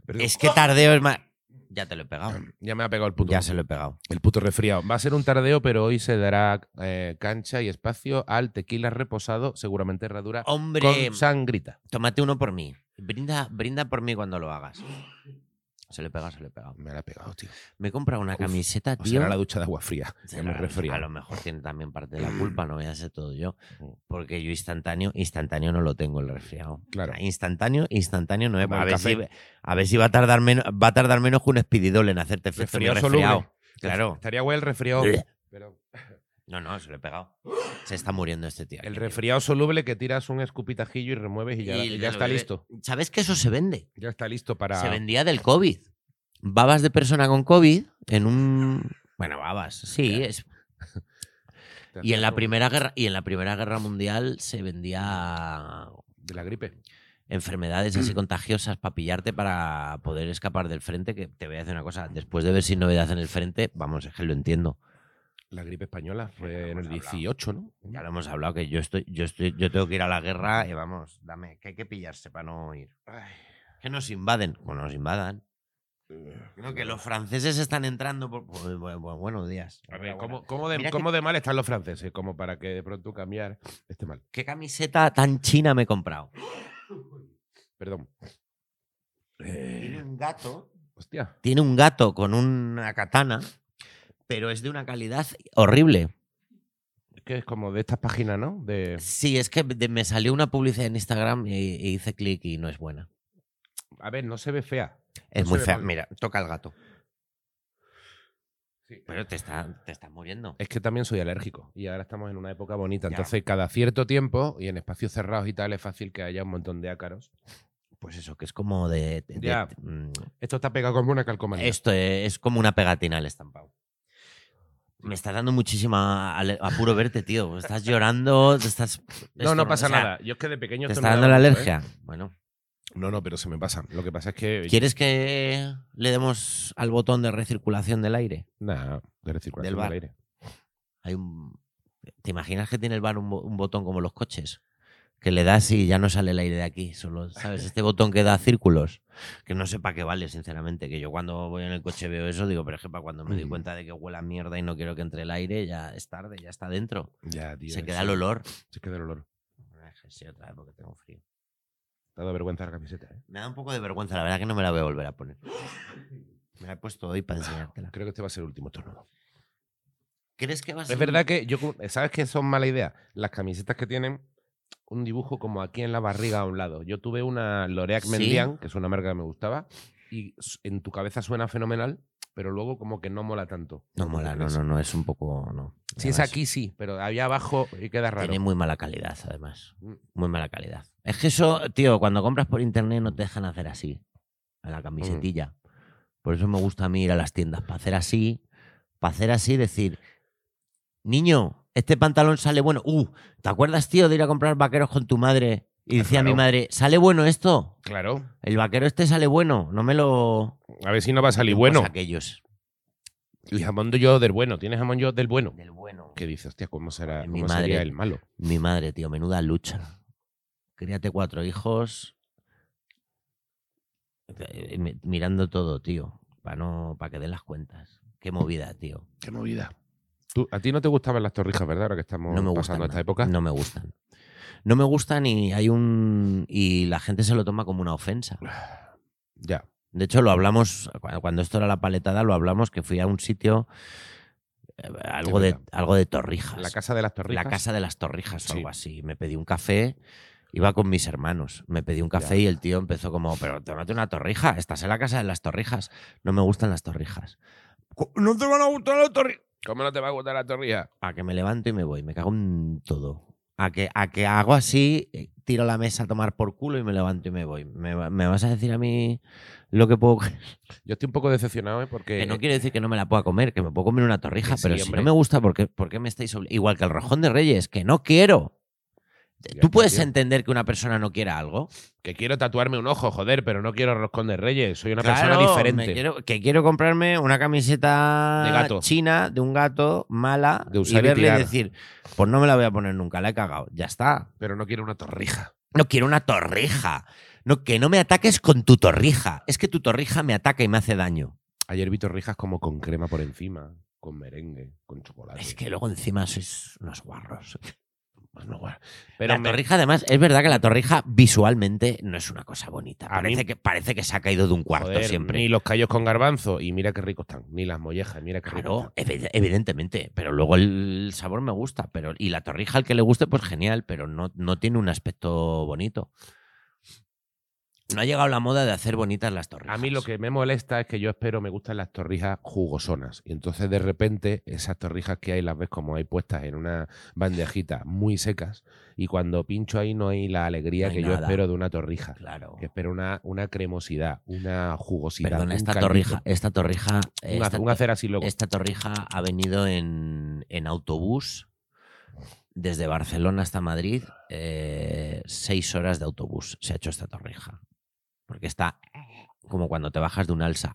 Speaker 2: Perdón.
Speaker 1: Es que tardeo es más. Ya te lo he pegado.
Speaker 2: Ya me ha pegado el puto,
Speaker 1: Ya se lo he pegado.
Speaker 2: el puto resfriado. Va a ser un tardeo, pero hoy se dará eh, cancha y espacio al tequila reposado, seguramente herradura,
Speaker 1: Hombre,
Speaker 2: con sangrita.
Speaker 1: tómate uno por mí. Brinda, brinda por mí cuando lo hagas. Se lo he pegado, se lo he pegado.
Speaker 2: Me la he pegado, tío.
Speaker 1: Me he comprado una
Speaker 2: Uf,
Speaker 1: camiseta,
Speaker 2: O
Speaker 1: tío.
Speaker 2: será la ducha de agua fría. que me
Speaker 1: Será-
Speaker 2: resfría.
Speaker 1: A lo mejor tiene también parte de la culpa, no voy a ser todo yo.
Speaker 2: Mm.
Speaker 1: Porque yo instantáneo, instantáneo no lo tengo el resfriado.
Speaker 2: Claro.
Speaker 1: O sea, Instantáneo, instantáneo no es.
Speaker 2: Como
Speaker 1: A
Speaker 2: el
Speaker 1: ver, si,
Speaker 2: café.
Speaker 1: a ver si va a tardar menos, va a tardar menos que un espididol en hacerte efecto mi
Speaker 2: Resfriado soluble.
Speaker 1: resfriado. Claro.
Speaker 2: Estaría guay el resfriado.
Speaker 1: Bleh.
Speaker 2: pero
Speaker 1: No, no, se lo he pegado. Se está muriendo este tío.
Speaker 2: el resfriado soluble que tiras un escupitajillo y remueves y ya,
Speaker 1: Y
Speaker 2: ya
Speaker 1: ya lo
Speaker 2: está
Speaker 1: bebe.
Speaker 2: listo.
Speaker 1: ¿Sabes que eso se vende?
Speaker 2: Ya está listo para.
Speaker 1: Se vendía del COVID. Babas de persona con COVID en un. Bueno, babas, sí,
Speaker 2: Claro.
Speaker 1: es
Speaker 2: te
Speaker 1: Y en
Speaker 2: hacían
Speaker 1: la
Speaker 2: un-
Speaker 1: primera guerra y en la primera guerra mundial se vendía
Speaker 2: De la gripe.
Speaker 1: enfermedades así contagiosas para pillarte para poder escapar del frente. Que te voy a decir una cosa, después de ver sin novedad en el frente, vamos, es que lo entiendo.
Speaker 2: La gripe española
Speaker 1: Ya lo
Speaker 2: fue en
Speaker 1: hemos
Speaker 2: el
Speaker 1: hablado.
Speaker 2: 18, ¿no?
Speaker 1: Ya lo hemos hablado que yo estoy, yo estoy, yo tengo que ir a la guerra y vamos, dame, que hay que pillarse para no ir. Que nos invaden, bueno, nos invadan. No, que los franceses están entrando. Por... bu- bu- bu- Buenos días.
Speaker 2: A ver, ¿cómo, cómo de,
Speaker 1: Mira
Speaker 2: cómo de mal están los franceses? Como para que de pronto cambiar este mal.
Speaker 1: ¿Qué camiseta tan china me he comprado?
Speaker 2: Perdón.
Speaker 1: Tiene un gato
Speaker 2: Hostia.
Speaker 1: tiene un gato con una katana, pero es de una calidad horrible.
Speaker 2: Es que es como de estas páginas, ¿no? De,
Speaker 1: Sí, es que de- me salió una publicidad en Instagram y, y hice clic y no es buena.
Speaker 2: a ver, no se ve fea.
Speaker 1: Es
Speaker 2: No
Speaker 1: muy
Speaker 2: se ve
Speaker 1: fea.
Speaker 2: mal.
Speaker 1: Mira, toca el gato.
Speaker 2: Sí.
Speaker 1: Pero te está, te está muriendo.
Speaker 2: Es que también soy alérgico y ahora estamos en una época bonita.
Speaker 1: Ya.
Speaker 2: Entonces, cada cierto tiempo y en espacios cerrados y tal, es fácil que haya un montón de ácaros.
Speaker 1: Pues eso, que es como de. de- de-
Speaker 2: Ya.
Speaker 1: mm,
Speaker 2: Esto está pegado como una calcomanía.
Speaker 1: esto es, es como una pegatina el estampado. Me está dando muchísima ale- apuro verte, tío. Estás llorando, te estás.
Speaker 2: no,
Speaker 1: esto-
Speaker 2: no pasa
Speaker 1: o sea,
Speaker 2: nada. Yo es que de pequeño.
Speaker 1: Te
Speaker 2: esto
Speaker 1: está
Speaker 2: me
Speaker 1: dando la
Speaker 2: daba mucho, ¿eh?
Speaker 1: alergia. Bueno.
Speaker 2: No, no, pero se me pasa. Lo que pasa es que.
Speaker 1: ¿Quieres que le demos al botón de recirculación del aire?
Speaker 2: Nah, de recirculación
Speaker 1: Del
Speaker 2: del
Speaker 1: bar.
Speaker 2: aire.
Speaker 1: Hay un... ¿Te imaginas que tiene el bar un, bo- un botón como los coches? Que le das y ya no sale el aire de aquí. Solo, ¿sabes? Este botón que da círculos. Que no sé para qué vale, sinceramente. Que yo cuando voy en el coche veo eso, digo, pero es que para cuando me doy
Speaker 2: Mm.
Speaker 1: cuenta de que huele a mierda y no quiero que entre el aire, ya es tarde, ya está dentro.
Speaker 2: Ya, tío.
Speaker 1: Se queda
Speaker 2: sí.
Speaker 1: el olor.
Speaker 2: Se queda el olor.
Speaker 1: Sí, otra vez porque tengo frío.
Speaker 2: Te ha dado vergüenza la camiseta, ¿eh?
Speaker 1: Me da un poco de vergüenza, la verdad que no me la voy a volver a poner. Me la he puesto hoy para enseñártela.
Speaker 2: Creo que este va a ser el último estornudo.
Speaker 1: ¿Crees que va a ser
Speaker 2: Es verdad que yo, como- ¿sabes que son mala idea? Las camisetas que tienen un dibujo como aquí en la barriga a un lado. Yo tuve una Loreac
Speaker 1: Sí.
Speaker 2: Mendian, que es una marca que me gustaba, y s- en tu cabeza suena fenomenal, pero luego como que no mola tanto.
Speaker 1: No mola, no, no, no, es un poco. No.
Speaker 2: Si es
Speaker 1: Además,
Speaker 2: aquí sí, pero allá abajo y queda raro.
Speaker 1: Tiene muy mala calidad, además.
Speaker 2: Mm.
Speaker 1: Muy mala calidad. Es que eso, tío, cuando compras por internet no te dejan hacer así. A la camisetilla. Por eso me gusta a mí ir a las tiendas. Para hacer así. Para hacer así y decir. Niño, este pantalón sale bueno. Uh, ¿te acuerdas, tío, de ir a comprar vaqueros con tu madre? Y decía a mi
Speaker 2: Claro.
Speaker 1: madre, ¿sale bueno esto?
Speaker 2: Claro.
Speaker 1: El vaquero este sale bueno. No me lo.
Speaker 2: A ver si no va a salir
Speaker 1: Pues
Speaker 2: bueno.
Speaker 1: aquellos.
Speaker 2: Y jamón de yo del bueno. ¿Tienes jamón yo del bueno?
Speaker 1: Del bueno.
Speaker 2: Que dices, hostia, ¿cómo, será,
Speaker 1: Mi
Speaker 2: cómo sería
Speaker 1: madre.
Speaker 2: el malo?
Speaker 1: Mi madre, tío, menuda lucha. Críate cuatro hijos. eh, mi- Mirando todo, tío. Para no, para que den las cuentas. Qué movida, tío.
Speaker 2: Qué movida. a ti no te gustaban las torrijas, ¿verdad? Ahora que estamos
Speaker 1: No me gustan.
Speaker 2: pasando esta época.
Speaker 1: No me gustan. No me gustan y hay un. y la gente se lo toma como una ofensa.
Speaker 2: Ya.
Speaker 1: De hecho, lo hablamos, cu- cuando esto era la paletada, lo hablamos que fui a un sitio. eh, Algo de,
Speaker 2: verdad.
Speaker 1: algo de torrijas.
Speaker 2: La casa de las torrijas.
Speaker 1: La casa de las torrijas o
Speaker 2: Sí.
Speaker 1: algo así. Me pedí un café, iba con mis hermanos. Me pedí un café y el tío empezó como, pero tómate una torrija, estás en la casa de las torrijas. No me gustan las torrijas. "Co- No te van a gustar las torrijas.
Speaker 2: ¿Cómo no te va a gustar la torrija?
Speaker 1: A que me levanto y me voy, me cago en todo. a que, a que hago así, eh, tiro la mesa a tomar por culo y me levanto y me voy. ¿Me, va- me vas a decir a mí lo que puedo comer?
Speaker 2: Yo estoy un poco decepcionado ¿eh? porque.
Speaker 1: Que no quiere decir que no me la pueda comer, que me puedo comer una
Speaker 2: Que
Speaker 1: torrija,
Speaker 2: sí,
Speaker 1: pero si
Speaker 2: hombre.
Speaker 1: no me gusta, ¿por qué, por qué me estáis obli- Igual que el rojón de Reyes, que no quiero.
Speaker 2: Ya
Speaker 1: ¿Tú
Speaker 2: está,
Speaker 1: puedes
Speaker 2: tío.
Speaker 1: entender que una persona no quiera algo?
Speaker 2: Que quiero tatuarme un ojo, joder, pero no quiero roscón de reyes. Soy una
Speaker 1: Claro,
Speaker 2: persona
Speaker 1: me
Speaker 2: diferente.
Speaker 1: quiero- que quiero comprarme una camiseta
Speaker 2: De gato.
Speaker 1: china de un gato mala
Speaker 2: De usar
Speaker 1: y
Speaker 2: y
Speaker 1: verle
Speaker 2: tirar.
Speaker 1: decir, pues no me la voy a poner nunca, la he cagado. Ya está.
Speaker 2: Pero no quiero una torrija.
Speaker 1: No quiero una torrija. No, que no me ataques con tu torrija. Es que tu torrija me ataca y me hace daño.
Speaker 2: Ayer vi torrijas como con crema por encima, con merengue, con chocolate.
Speaker 1: Es que luego encima sois unos guarros.
Speaker 2: Bueno, guau. Pero
Speaker 1: la
Speaker 2: me-
Speaker 1: torrija, además, es verdad que la torrija visualmente no es una cosa bonita.
Speaker 2: A mí-
Speaker 1: Parece, que, parece que se ha caído de un cuarto
Speaker 2: joder,
Speaker 1: siempre.
Speaker 2: Ni los callos con garbanzo, y mira qué ricos están. Ni las mollejas, mira qué ricos
Speaker 1: Claro, evi- evidentemente, pero luego el sabor me gusta, pero y la torrija al que le guste, pues genial, pero no, no tiene un aspecto bonito. No ha llegado la moda de hacer bonitas las torrijas.
Speaker 2: A mí lo que me molesta es que yo espero me gustan las torrijas jugosonas. Y entonces de repente esas torrijas que hay las ves como hay puestas en una bandejita muy secas. Y cuando pincho ahí no hay la alegría
Speaker 1: No hay
Speaker 2: que yo
Speaker 1: nada.
Speaker 2: espero de una torrija.
Speaker 1: Claro.
Speaker 2: Que espero una, una cremosidad, una jugosidad.
Speaker 1: Perdona,
Speaker 2: un
Speaker 1: esta
Speaker 2: caldito,
Speaker 1: torrija, esta torrija,
Speaker 2: Un,
Speaker 1: esta,
Speaker 2: hacer- un hacer así loco.
Speaker 1: esta torrija ha venido en, en autobús desde Barcelona hasta Madrid, eh, seis horas de autobús se ha hecho esta torrija. Porque está como cuando te bajas de un alza.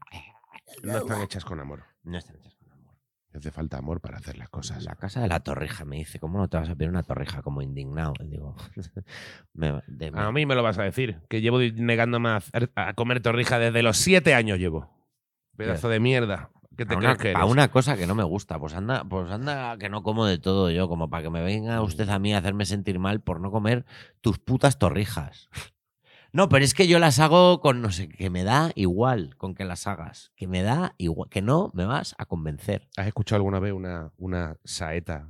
Speaker 2: No están hechas con amor.
Speaker 1: No están hechas con amor.
Speaker 2: Hace falta amor para hacer las cosas.
Speaker 1: La casa de la torrija me dice, ¿cómo no te vas a pedir una torrija como indignado? Y digo, me- de- me-
Speaker 2: A mí me lo vas a decir, que llevo negándome a, hacer- a comer torrija desde los siete años llevo. Pedazo de mierda. ¿Qué te crees
Speaker 1: a una,
Speaker 2: que
Speaker 1: a
Speaker 2: eres?
Speaker 1: una cosa que no me gusta, pues anda, pues anda que no como de todo yo, como para que me venga usted a mí a hacerme sentir mal por no comer tus putas torrijas. No, pero es que yo las hago con no sé, que me da igual con que las hagas, que me da igual, que no me vas a convencer.
Speaker 2: ¿Has escuchado alguna vez una, una saeta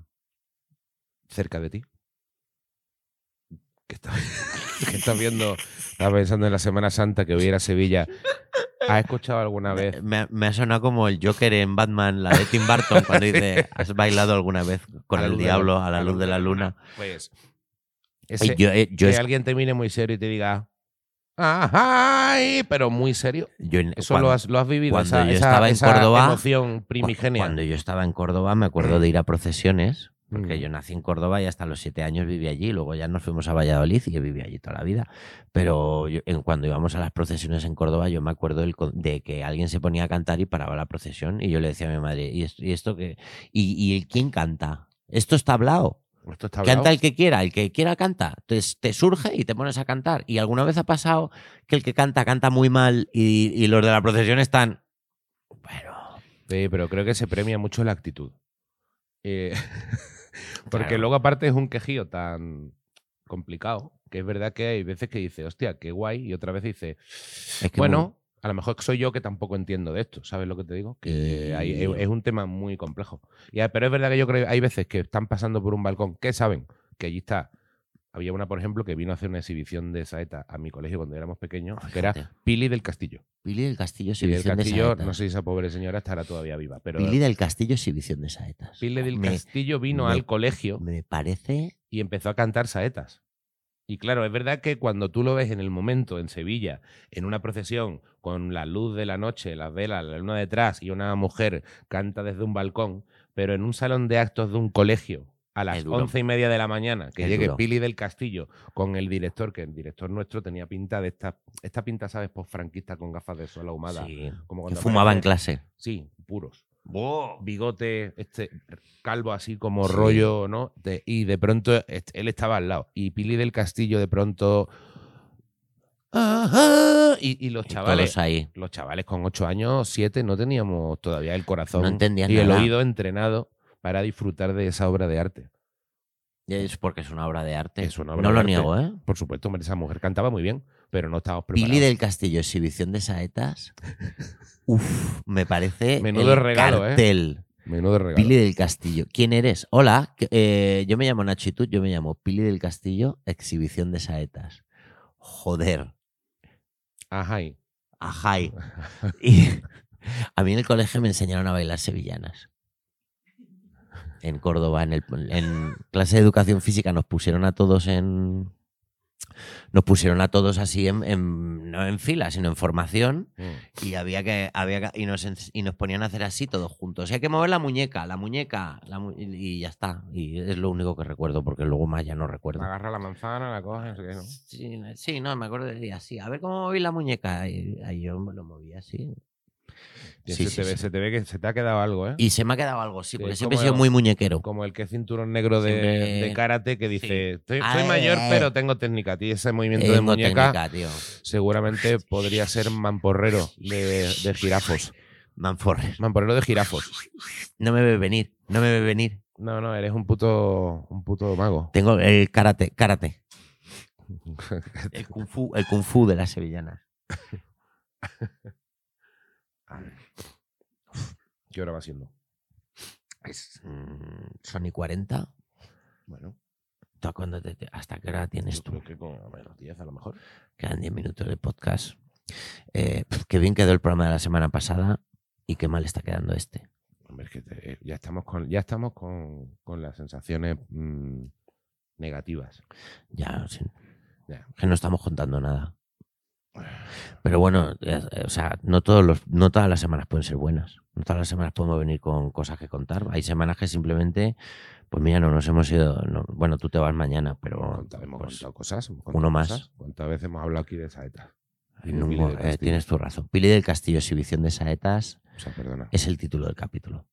Speaker 2: cerca de ti? Que estás, que estás viendo, estás pensando en la Semana Santa que hubiera Sevilla. ¿Has escuchado alguna vez?
Speaker 1: Me, me ha sonado como el Joker en Batman, la de Tim Burton, cuando dice, ¿has bailado alguna vez con
Speaker 2: A la
Speaker 1: el
Speaker 2: luz de la-
Speaker 1: diablo a la luz de la luna?
Speaker 2: Pues,
Speaker 1: Y
Speaker 2: ese-
Speaker 1: yo, eh, yo
Speaker 2: que
Speaker 1: es-
Speaker 2: alguien te mire muy serio y te diga, ¡ay! Pero muy serio.
Speaker 1: yo en-
Speaker 2: Eso
Speaker 1: cuando-
Speaker 2: lo, has, lo has vivido,
Speaker 1: cuando
Speaker 2: esa,
Speaker 1: yo
Speaker 2: esa-
Speaker 1: estaba en
Speaker 2: esa
Speaker 1: Córdoba,
Speaker 2: emoción
Speaker 1: cu-
Speaker 2: primigenia.
Speaker 1: Cuando yo estaba en Córdoba me acuerdo de ir a procesiones, porque
Speaker 2: Mm.
Speaker 1: yo nací en Córdoba y hasta los siete años viví allí, luego ya nos fuimos a Valladolid y yo viví allí toda la vida. Pero yo- en, cuando íbamos a las procesiones en Córdoba yo me acuerdo del con- de que alguien se ponía a cantar y paraba la procesión y yo le decía a mi madre, ¿y esto, y esto qué? ¿Y, y quién canta? Esto está hablado.
Speaker 2: Esto está hablado.
Speaker 1: Canta el que quiera, el que quiera canta. Te, te surge y te pones a cantar. Y alguna vez ha pasado que el que canta canta muy mal y, y los de la procesión están. Bueno,
Speaker 2: Sí, pero creo que se premia mucho la actitud. Eh, porque
Speaker 1: Claro.
Speaker 2: luego aparte es un quejío tan complicado que es verdad que hay veces que dice, hostia, qué guay, y otra vez dice,
Speaker 1: es que
Speaker 2: bueno, a lo mejor soy yo que tampoco entiendo de esto, ¿sabes lo que te digo? Que hay- es,
Speaker 1: Y-
Speaker 2: es un tema muy complejo. Y, a- pero es verdad que yo creo que hay veces que están pasando por un balcón, que saben que allí está. Había una, por ejemplo, que vino a hacer una exhibición de saeta a mi colegio cuando éramos pequeños, que era
Speaker 1: Fíjate.
Speaker 2: Pili del Castillo.
Speaker 1: Pili del Castillo
Speaker 2: Pili del
Speaker 1: Exhibición de
Speaker 2: Castillo,
Speaker 1: Saetas.
Speaker 2: no sé si esa pobre señora estará todavía viva, pero
Speaker 1: Pili del Castillo Exhibición de Saetas.
Speaker 2: Pile del
Speaker 1: me,
Speaker 2: Castillo vino
Speaker 1: me-
Speaker 2: al colegio
Speaker 1: me parece.
Speaker 2: y empezó a cantar saetas. Y claro, es verdad que cuando tú lo ves en el momento, en Sevilla, en una procesión, con la luz de la noche, las velas, la luna detrás y una mujer canta desde un balcón, pero en un salón de actos de un colegio, a las
Speaker 1: Es duro.
Speaker 2: once y media de la mañana, que
Speaker 1: Es
Speaker 2: llegue
Speaker 1: duro.
Speaker 2: Pili del Castillo con el director, que el director nuestro tenía pinta de esta, esta pinta, ¿sabes? Post franquista con gafas de sol ahumada.
Speaker 1: sí,
Speaker 2: Como
Speaker 1: que
Speaker 2: cuando
Speaker 1: fumaba en
Speaker 2: aparece-
Speaker 1: clase.
Speaker 2: Sí, puros. Bigote, este calvo así como
Speaker 1: Sí.
Speaker 2: rollo, ¿no? De- y de pronto est- él estaba al lado. Y Pili del Castillo de pronto. "Ajá", Y, y los
Speaker 1: Y
Speaker 2: chavales.
Speaker 1: Todos ahí.
Speaker 2: los chavales con 8 años, 7, no teníamos todavía el corazón
Speaker 1: No entendían
Speaker 2: y el
Speaker 1: nada.
Speaker 2: oído entrenado para disfrutar de esa obra de arte.
Speaker 1: Es porque es una obra de arte.
Speaker 2: Es una obra
Speaker 1: no
Speaker 2: de
Speaker 1: lo
Speaker 2: arte.
Speaker 1: niego, ¿eh?
Speaker 2: Por supuesto, hombre, esa mujer cantaba muy bien, pero no estábamos preparados.
Speaker 1: Pili del Castillo, exhibición de saetas. Uf, me parece.
Speaker 2: Menudo
Speaker 1: el
Speaker 2: regalo, ¿eh?
Speaker 1: cartel.
Speaker 2: Menudo regalo.
Speaker 1: Pili del Castillo. ¿Quién eres? Hola, que- eh, yo me llamo Nacho y tú, yo me llamo Pili del Castillo, exhibición de saetas. Joder,
Speaker 2: Ajá. y-
Speaker 1: ajay. Y a mí en el colegio me enseñaron a bailar sevillanas. en Córdoba, en, el- en clase de educación física, nos pusieron a todos en. Nos pusieron a todos así en, en- no en fila, sino en formación.
Speaker 2: mm,
Speaker 1: Y había que, había que- y, nos, ens- y nos ponían a hacer así todos juntos. Y hay que mover la muñeca, la muñeca, la mu- y ya está. Y es lo único que recuerdo, porque luego más ya no recuerdo.
Speaker 2: Agarra la manzana, la coge, no sé qué, ¿no?
Speaker 1: Sí, no- sí, no, me acuerdo de así. A ver cómo moví la muñeca. Y ahí yo me lo moví así.
Speaker 2: Y
Speaker 1: Sí,
Speaker 2: se,
Speaker 1: sí,
Speaker 2: te ve,
Speaker 1: sí.
Speaker 2: se te ve que se te ha quedado algo, ¿eh?
Speaker 1: Y se me ha quedado algo, sí,
Speaker 2: Sí,
Speaker 1: porque
Speaker 2: es
Speaker 1: siempre he
Speaker 2: como
Speaker 1: sido
Speaker 2: el-
Speaker 1: muy muñequero.
Speaker 2: Como el que es cinturón negro de,
Speaker 1: Siempre-
Speaker 2: de karate que dice, "Estoy- soy
Speaker 1: Ay,
Speaker 2: mayor,
Speaker 1: ay, ay".
Speaker 2: pero tengo técnica. A ti ese movimiento de
Speaker 1: Eh, Tengo
Speaker 2: muñeca
Speaker 1: técnica, tío.
Speaker 2: seguramente podría ser mamporrero de, de jirafos.
Speaker 1: Manforre.
Speaker 2: Mamporrero de jirafos.
Speaker 1: No me ve venir, no me ve venir.
Speaker 2: No, no, eres un puto, un puto mago.
Speaker 1: Tengo el karate, karate. El kung fu, el kung fu de las sevillanas.
Speaker 2: ¿Qué hora va siendo?
Speaker 1: Es, mm, son y 40.
Speaker 2: Bueno,
Speaker 1: ¿Tú a cuándo te- te- ¿Hasta qué hora tienes
Speaker 2: yo
Speaker 1: tú?
Speaker 2: creo que como a menos 10 a lo mejor.
Speaker 1: Quedan 10 minutos de podcast. Eh, pf, qué bien quedó el programa de la semana pasada y qué mal está quedando este.
Speaker 2: Hombre, es que te- ya estamos con, ya estamos con, con las sensaciones mm, negativas.
Speaker 1: Ya, sí.
Speaker 2: Ya.
Speaker 1: que no estamos contando nada. Pero bueno, eh, eh, o sea, no, todos los, no todas las semanas pueden ser buenas. No todas las semanas podemos venir con cosas que contar. Hay semanas que simplemente, pues mira, no nos hemos ido. no- bueno, tú te vas mañana,
Speaker 2: Hemos
Speaker 1: pero
Speaker 2: contado, hemos
Speaker 1: pues,
Speaker 2: contado cosas. hemos
Speaker 1: uno
Speaker 2: contado
Speaker 1: más.
Speaker 2: cosas. ¿Cuántas veces hemos hablado aquí de Saeta? Y de
Speaker 1: no,
Speaker 2: Pili del
Speaker 1: eh,
Speaker 2: Castillo.
Speaker 1: tienes tu razón. Pili del Castillo, exhibición de saetas,
Speaker 2: O sea, perdona.
Speaker 1: es el título del capítulo.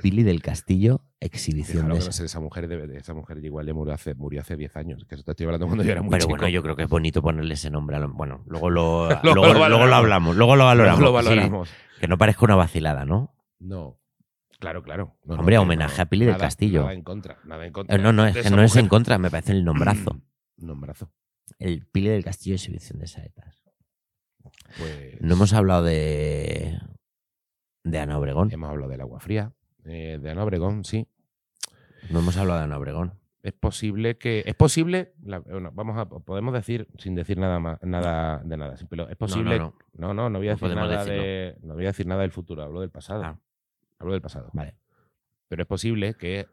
Speaker 1: Pili del Castillo, exhibición
Speaker 2: Déjalo que
Speaker 1: de
Speaker 2: no
Speaker 1: saetas.
Speaker 2: sé, esa mujer, debe- de, esa mujer igual ya murió hace, murió hace 10 años. Que eso te estoy hablando cuando yo era muy
Speaker 1: Pero
Speaker 2: chico.
Speaker 1: bueno, yo creo que es bonito ponerle ese nombre. a lo- bueno, luego lo,
Speaker 2: Luego
Speaker 1: luego,
Speaker 2: lo
Speaker 1: luego lo
Speaker 2: valoramos.
Speaker 1: hablamos, luego lo valoramos.
Speaker 2: lo
Speaker 1: sí.
Speaker 2: valoramos.
Speaker 1: que no parezca una vacilada, ¿no?
Speaker 2: No. Claro, claro. No, no,
Speaker 1: Hombre,
Speaker 2: no,
Speaker 1: homenaje
Speaker 2: no,
Speaker 1: a Pili del
Speaker 2: nada-
Speaker 1: Castillo.
Speaker 2: Nada en contra. Nada en contra.
Speaker 1: Eh, No, no, es
Speaker 2: de
Speaker 1: que
Speaker 2: esa
Speaker 1: no es en
Speaker 2: mujer.
Speaker 1: contra, me parece el nombrazo.
Speaker 2: Nombrazo.
Speaker 1: El Pili del Castillo exhibición de saetas.
Speaker 2: Pues
Speaker 1: No hemos hablado de. de Ana Obregón.
Speaker 2: hemos hablado del agua fría, eh, de Ana Obregón, sí.
Speaker 1: No hemos hablado de Ana Obregón.
Speaker 2: Es posible que. Es posible. la- bueno, vamos a. Podemos decir, sin decir nada más, nada de nada. sí, Pero es posible.
Speaker 1: No, no, no.
Speaker 2: no, no, no voy a
Speaker 1: No
Speaker 2: decir
Speaker 1: podemos
Speaker 2: nada
Speaker 1: decirlo.
Speaker 2: de. No voy a decir nada del futuro, hablo del pasado.
Speaker 1: Ah.
Speaker 2: Hablo del pasado.
Speaker 1: Vale.
Speaker 2: Pero es posible que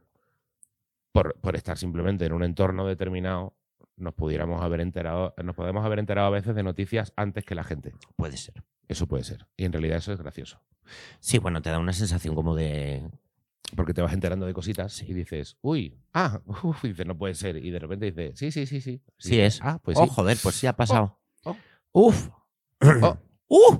Speaker 2: por, por estar simplemente en un entorno determinado, nos pudiéramos haber enterado, nos podemos haber enterado a veces de noticias antes que la gente.
Speaker 1: Puede ser.
Speaker 2: Eso puede ser. Y en realidad eso es gracioso.
Speaker 1: Sí, bueno, te da una sensación como de.
Speaker 2: Porque te vas enterando de cositas
Speaker 1: Sí.
Speaker 2: y dices, uy, ah, uf", y dices, no puede ser. Y de repente dices, sí, sí, sí, sí. Y
Speaker 1: Sí
Speaker 2: dices,
Speaker 1: es.
Speaker 2: Ah, pues
Speaker 1: oh,
Speaker 2: sí.
Speaker 1: joder, pues sí ha pasado.
Speaker 2: oh.
Speaker 1: Uf.
Speaker 2: Oh.
Speaker 1: ¡Uf!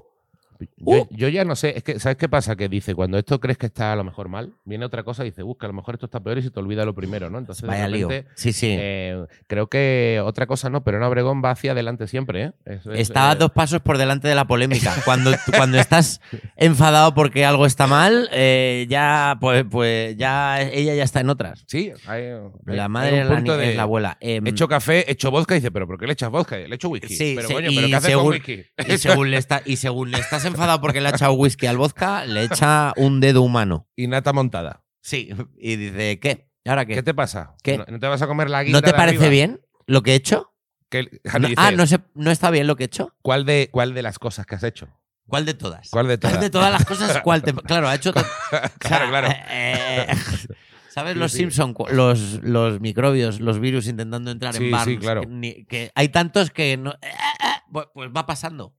Speaker 2: Yo,
Speaker 1: Uh.
Speaker 2: yo ya no sé, es que, ¿sabes qué pasa? Que dice, cuando esto crees que está a lo mejor mal, viene otra cosa y dice, busca, a lo mejor esto está peor y se te olvida lo primero, ¿no? Entonces, de
Speaker 1: Vaya lío.
Speaker 2: repente,
Speaker 1: Sí, sí.
Speaker 2: Pues eh, creo que otra cosa no, pero un Obregón va hacia adelante siempre, ¿eh? Eso es,
Speaker 1: Estaba
Speaker 2: eh,
Speaker 1: dos pasos por delante de la polémica. Cuando, tú- cuando estás enfadado porque algo está mal, eh, ya pues, pues ya ella ya está en otras.
Speaker 2: Sí, hay, hay-
Speaker 1: La
Speaker 2: hay
Speaker 1: madre
Speaker 2: un
Speaker 1: es la, ni-
Speaker 2: punto
Speaker 1: es la abuela. Em,
Speaker 2: He hecho café, he hecho vodka y dice, ¿pero por qué le echas vodka? Le echo whisky.
Speaker 1: Sí,
Speaker 2: pero
Speaker 1: sí,
Speaker 2: coño, ¿pero
Speaker 1: y
Speaker 2: qué haces con
Speaker 1: según-
Speaker 2: whisky?
Speaker 1: y, según le está, y según le estás enfadado porque le ha echado whisky al vodka, le echa un dedo humano.
Speaker 2: Y nata montada.
Speaker 1: Sí. Y dice, ¿qué? ¿Y ¿Ahora
Speaker 2: ¿Qué,
Speaker 1: qué?
Speaker 2: te pasa?
Speaker 1: ¿Qué?
Speaker 2: ¿No, no te vas a comer la guinda
Speaker 1: ¿No te
Speaker 2: de
Speaker 1: parece
Speaker 2: arriba?
Speaker 1: bien lo que he hecho?
Speaker 2: ¿Qué-
Speaker 1: No-
Speaker 2: dices,
Speaker 1: ah, no, sé, no está bien lo que he hecho.
Speaker 2: ¿cuál, de, ¿Cuál de las cosas que has hecho?
Speaker 1: ¿Cuál de todas?
Speaker 2: ¿Cuál de todas?
Speaker 1: de todas las cosas, ¿cuál te.? Claro, ha hecho. to- o sea,
Speaker 2: claro, claro.
Speaker 1: eh, ¿Sabes
Speaker 2: Sí,
Speaker 1: los
Speaker 2: sí.
Speaker 1: Simpson, cu- los, los microbios, los virus intentando entrar
Speaker 2: Sí,
Speaker 1: en
Speaker 2: sí,
Speaker 1: Barnes?
Speaker 2: claro.
Speaker 1: que, ni- que hay tantos que no, eh, eh, eh, pues, pues va pasando.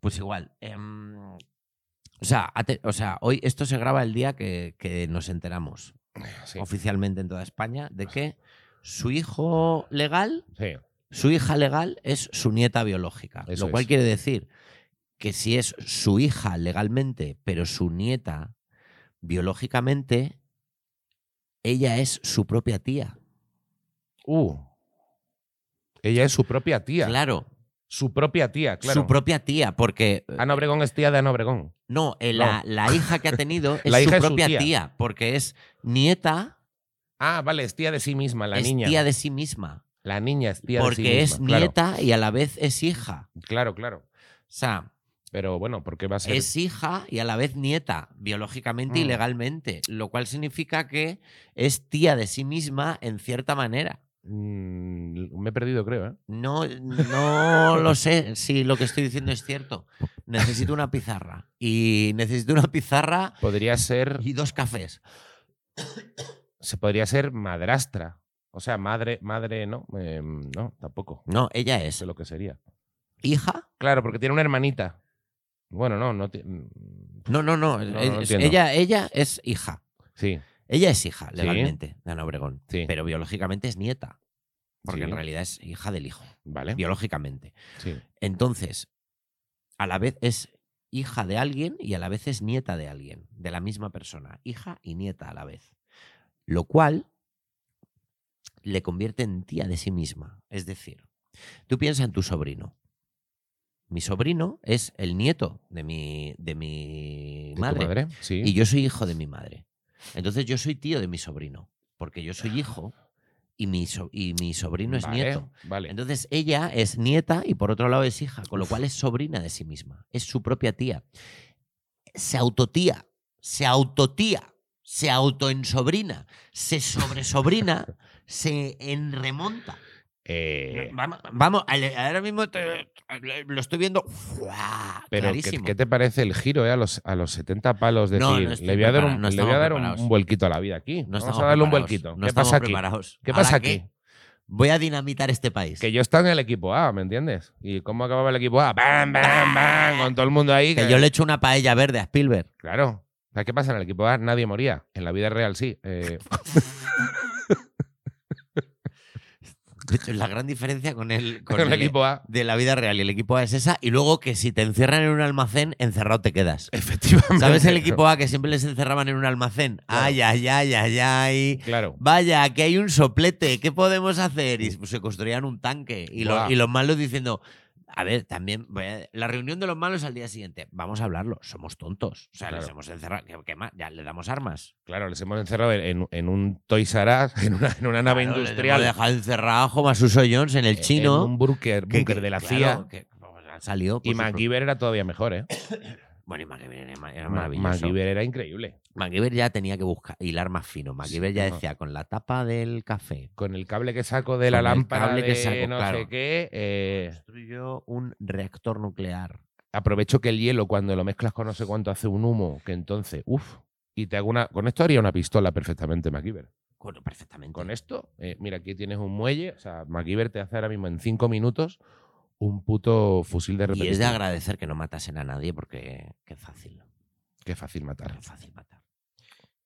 Speaker 1: Pues igual. em, o, sea, ate- o sea, hoy esto se graba el día que, que nos enteramos
Speaker 2: Sí, Pues
Speaker 1: oficialmente en toda España de que su hijo legal,
Speaker 2: sí.
Speaker 1: su hija legal es su nieta biológica.
Speaker 2: Eso
Speaker 1: lo cual
Speaker 2: es.
Speaker 1: quiere decir que si es su hija legalmente, pero su nieta biológicamente, ella es su propia tía.
Speaker 2: Uh. Ella es su propia tía.
Speaker 1: Claro,
Speaker 2: Su propia tía, claro. Ah,
Speaker 1: su propia tía, porque eh,
Speaker 2: Ana Obregón es tía de Ana Obregón.
Speaker 1: no, eh, la, la hija que ha tenido es
Speaker 2: La
Speaker 1: su
Speaker 2: hija es su
Speaker 1: propia
Speaker 2: tía.
Speaker 1: tía. porque es nieta,
Speaker 2: Ah, vale, es tía de sí misma, la
Speaker 1: es
Speaker 2: niña.
Speaker 1: tía de sí misma,
Speaker 2: La niña es tía
Speaker 1: porque
Speaker 2: de sí
Speaker 1: es
Speaker 2: misma. claro.
Speaker 1: nieta y a la vez es hija.
Speaker 2: Claro, claro.
Speaker 1: O sea,
Speaker 2: Pero bueno, ¿por qué va a ser?
Speaker 1: Es hija y a la vez nieta, biológicamente y
Speaker 2: Mm.
Speaker 1: legalmente, lo cual significa que es tía de sí misma en cierta manera.
Speaker 2: Mm, me he perdido, creo, ¿eh?
Speaker 1: No, no lo sé si lo que estoy diciendo es cierto. Necesito una pizarra. Y necesito una pizarra
Speaker 2: Podría ser.
Speaker 1: y dos cafés.
Speaker 2: Se podría ser madrastra. O sea, madre, madre, no, eh, no, tampoco.
Speaker 1: No, ella
Speaker 2: No sé
Speaker 1: es
Speaker 2: lo que sería.
Speaker 1: hija.
Speaker 2: Claro, porque tiene una hermanita. Bueno, no, no. ti- mm,
Speaker 1: No, no, no.
Speaker 2: No, no
Speaker 1: es-
Speaker 2: entiendo.
Speaker 1: ella, ella es hija.
Speaker 2: Sí,
Speaker 1: Ella es hija
Speaker 2: Sí.
Speaker 1: legalmente de Ana Obregón,
Speaker 2: sí.
Speaker 1: pero biológicamente es nieta, porque
Speaker 2: sí,
Speaker 1: en realidad es hija del hijo,
Speaker 2: Vale.
Speaker 1: biológicamente.
Speaker 2: Sí.
Speaker 1: Entonces, a la vez es hija de alguien y a la vez es nieta de alguien, de la misma persona, hija y nieta a la vez. Lo cual le convierte en tía de sí misma. Es decir, tú piensas en tu sobrino. Mi sobrino es el nieto de mi, de mi
Speaker 2: ¿De tu
Speaker 1: madre.
Speaker 2: madre? Sí.
Speaker 1: Y yo soy hijo de mi madre. Entonces yo soy tío de mi sobrino, porque yo soy hijo y mi, so- y mi sobrino es
Speaker 2: Vale,
Speaker 1: nieto.
Speaker 2: Vale.
Speaker 1: Entonces ella es nieta y por otro lado es hija, con lo cual es sobrina de sí misma, es su propia tía. Se autotía, se autotía, se autoensobrina, se sobresobrina, se enremonta.
Speaker 2: Eh,
Speaker 1: Vamos, vamos, ale- ahora mismo te- lo estoy viendo ¡fua!
Speaker 2: pero, ¿qué,
Speaker 1: clarísimo.
Speaker 2: qué te parece el giro eh, a, los, a los 70 palos?
Speaker 1: No, no
Speaker 2: Decir,
Speaker 1: estoy
Speaker 2: le voy a dar, un,
Speaker 1: preparado,
Speaker 2: le voy a
Speaker 1: no estamos
Speaker 2: dar un,
Speaker 1: preparados.
Speaker 2: un vuelquito a la vida aquí.
Speaker 1: No
Speaker 2: Vamos
Speaker 1: estamos
Speaker 2: a darle un
Speaker 1: preparados,
Speaker 2: vuelquito.
Speaker 1: no
Speaker 2: ¿Qué
Speaker 1: estamos
Speaker 2: pasa aquí?
Speaker 1: preparados.
Speaker 2: ¿Qué
Speaker 1: Ahora
Speaker 2: pasa
Speaker 1: que
Speaker 2: aquí?
Speaker 1: Voy a dinamitar este país.
Speaker 2: Que yo estaba en el equipo A, ¿me entiendes? ¿Y cómo acababa el equipo A? ¡Bam, bam, bam! Con todo el mundo ahí.
Speaker 1: Que
Speaker 2: que-
Speaker 1: yo le echo una paella verde a Spielberg.
Speaker 2: Claro. O sea, ¿Qué pasa? En el equipo A nadie moría. En la vida real sí. Eh,
Speaker 1: Coño, La gran diferencia con el, con
Speaker 2: con el
Speaker 1: el-
Speaker 2: equipo A.
Speaker 1: de la vida real y el equipo A es esa. Y luego que si te encierran en un almacén, encerrado te quedas.
Speaker 2: Efectivamente.
Speaker 1: ¿Sabes el equipo A que siempre les encerraban en un almacén?
Speaker 2: Claro.
Speaker 1: Ay, ay, ay, ay, ay.
Speaker 2: Claro.
Speaker 1: Vaya, aquí hay un soplete, ¿qué podemos hacer? Y pues se construían un tanque. Y, lo-
Speaker 2: Buah.
Speaker 1: y los malos diciendo, a ver, también, voy a- la reunión de los malos al día siguiente, vamos a hablarlo, somos tontos. O sea, les
Speaker 2: Claro.
Speaker 1: hemos encerrado, ¿qué, qué más? Ya le damos armas.
Speaker 2: Claro, les hemos encerrado en, en un Toys R Us, en una, en una nave
Speaker 1: Claro, les
Speaker 2: industrial. eh, E,
Speaker 1: hemos dejado encerrado como a sus hoyons en el chino.
Speaker 2: En un búnker
Speaker 1: que-
Speaker 2: búnker
Speaker 1: que-
Speaker 2: de la CIA.
Speaker 1: claro, que, pues, han salido.
Speaker 2: y
Speaker 1: por su-
Speaker 2: MacGyver era todavía mejor, ¿eh?
Speaker 1: Bueno, y MacGyver era, ma- era
Speaker 2: Ma-
Speaker 1: maravilloso.
Speaker 2: MacGyver era increíble.
Speaker 1: MacGyver ya tenía que buscar hilar más fino. MacGyver ya
Speaker 2: ajá.
Speaker 1: decía, con la tapa del café,
Speaker 2: Con el cable que saco de la
Speaker 1: Con el
Speaker 2: lámpara
Speaker 1: cable que
Speaker 2: de
Speaker 1: saco,
Speaker 2: no
Speaker 1: claro.
Speaker 2: sé qué, eh,
Speaker 1: construyó un reactor nuclear.
Speaker 2: aprovecho que el hielo cuando lo mezclas con no sé cuánto hace un humo, que entonces, uff, y te hago una... Con esto haría una pistola perfectamente, MacGyver.
Speaker 1: Bueno, perfectamente.
Speaker 2: Con esto, eh, mira, aquí tienes un muelle, o sea, MacGyver te hace ahora mismo en cinco minutos un puto fusil de
Speaker 1: Y es de
Speaker 2: repetición.
Speaker 1: agradecer que no matasen a nadie porque qué fácil,
Speaker 2: Qué fácil matar.
Speaker 1: qué fácil matar.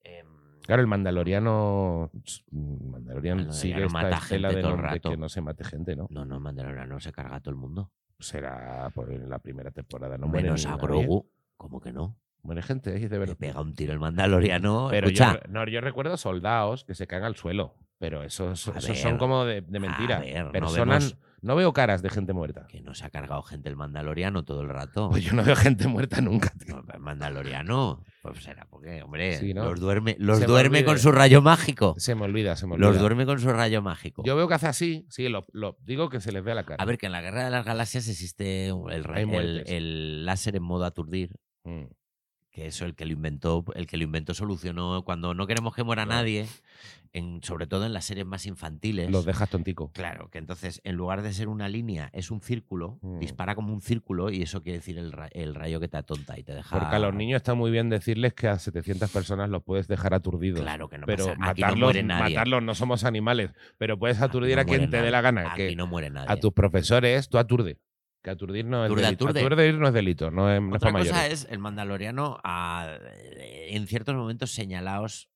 Speaker 1: Em,
Speaker 2: Claro, el mandaloriano, mandaloriano
Speaker 1: Mandaloriano
Speaker 2: sigue esta
Speaker 1: mata
Speaker 2: estela
Speaker 1: gente
Speaker 2: de,
Speaker 1: todo el
Speaker 2: no- de
Speaker 1: rato.
Speaker 2: que no se mate gente, ¿no?
Speaker 1: no, no, Mandaloriano se carga a todo el mundo.
Speaker 2: Será por en la primera temporada, no muere
Speaker 1: menos
Speaker 2: ni
Speaker 1: a
Speaker 2: nadie.
Speaker 1: Grogu. ¿Cómo que no?
Speaker 2: Muere gente, eh, de
Speaker 1: Le
Speaker 2: verdad.
Speaker 1: pega un tiro el Mandaloriano.
Speaker 2: Pero yo,
Speaker 1: Escucha,
Speaker 2: re- no, yo recuerdo soldados que se caen al suelo, pero esos,
Speaker 1: A
Speaker 2: esos
Speaker 1: ver,
Speaker 2: son como de, de
Speaker 1: a
Speaker 2: mentira.
Speaker 1: ver, no
Speaker 2: Personas,
Speaker 1: vemos-
Speaker 2: no, veo caras de gente muerta.
Speaker 1: que no se ha cargado gente el Mandaloriano todo el rato.
Speaker 2: Pues yo no veo gente muerta nunca, tío.
Speaker 1: No, el Mandaloriano, pues será porque, hombre,
Speaker 2: Sí, ¿no?
Speaker 1: los duerme, los
Speaker 2: me
Speaker 1: duerme
Speaker 2: olvida.
Speaker 1: con su rayo mágico.
Speaker 2: Se me olvida, se me olvida.
Speaker 1: Los duerme con su rayo mágico.
Speaker 2: Yo veo que hace así, sí, lo, lo- digo que se les ve la cara.
Speaker 1: A ver, que en la Guerra de las Galaxias existe el, ra-
Speaker 2: Hay
Speaker 1: el,
Speaker 2: muertes.
Speaker 1: el láser en modo aturdir,
Speaker 2: Mm.
Speaker 1: que eso el que lo inventó, el que lo inventó solucionó cuando no queremos que muera
Speaker 2: Claro.
Speaker 1: nadie, en, sobre todo en las series más infantiles.
Speaker 2: Los dejas tontico.
Speaker 1: Claro, que entonces en lugar de ser una línea es un círculo,
Speaker 2: Mm.
Speaker 1: dispara como un círculo y eso quiere decir el, ra- el rayo que te atonta y te deja.
Speaker 2: Porque a los niños está muy bien decirles que a 700 personas los puedes dejar aturdidos.
Speaker 1: Claro que no
Speaker 2: pero
Speaker 1: pasa. Aquí no
Speaker 2: matarlos,
Speaker 1: muere nadie.
Speaker 2: matarlos no somos animales. Pero puedes aturdir
Speaker 1: no
Speaker 2: a quien
Speaker 1: muere
Speaker 2: te dé la gana.
Speaker 1: Aquí
Speaker 2: que
Speaker 1: no muere nadie.
Speaker 2: A tus profesores, tú aturde. Que aturdir no es
Speaker 1: Aturde,
Speaker 2: delito.
Speaker 1: aturde.
Speaker 2: Aturdir no es delito, no es, no es
Speaker 1: Otra
Speaker 2: para
Speaker 1: cosa
Speaker 2: mayores.
Speaker 1: es el mandaloriano a- eh, en ciertos momentos señalaos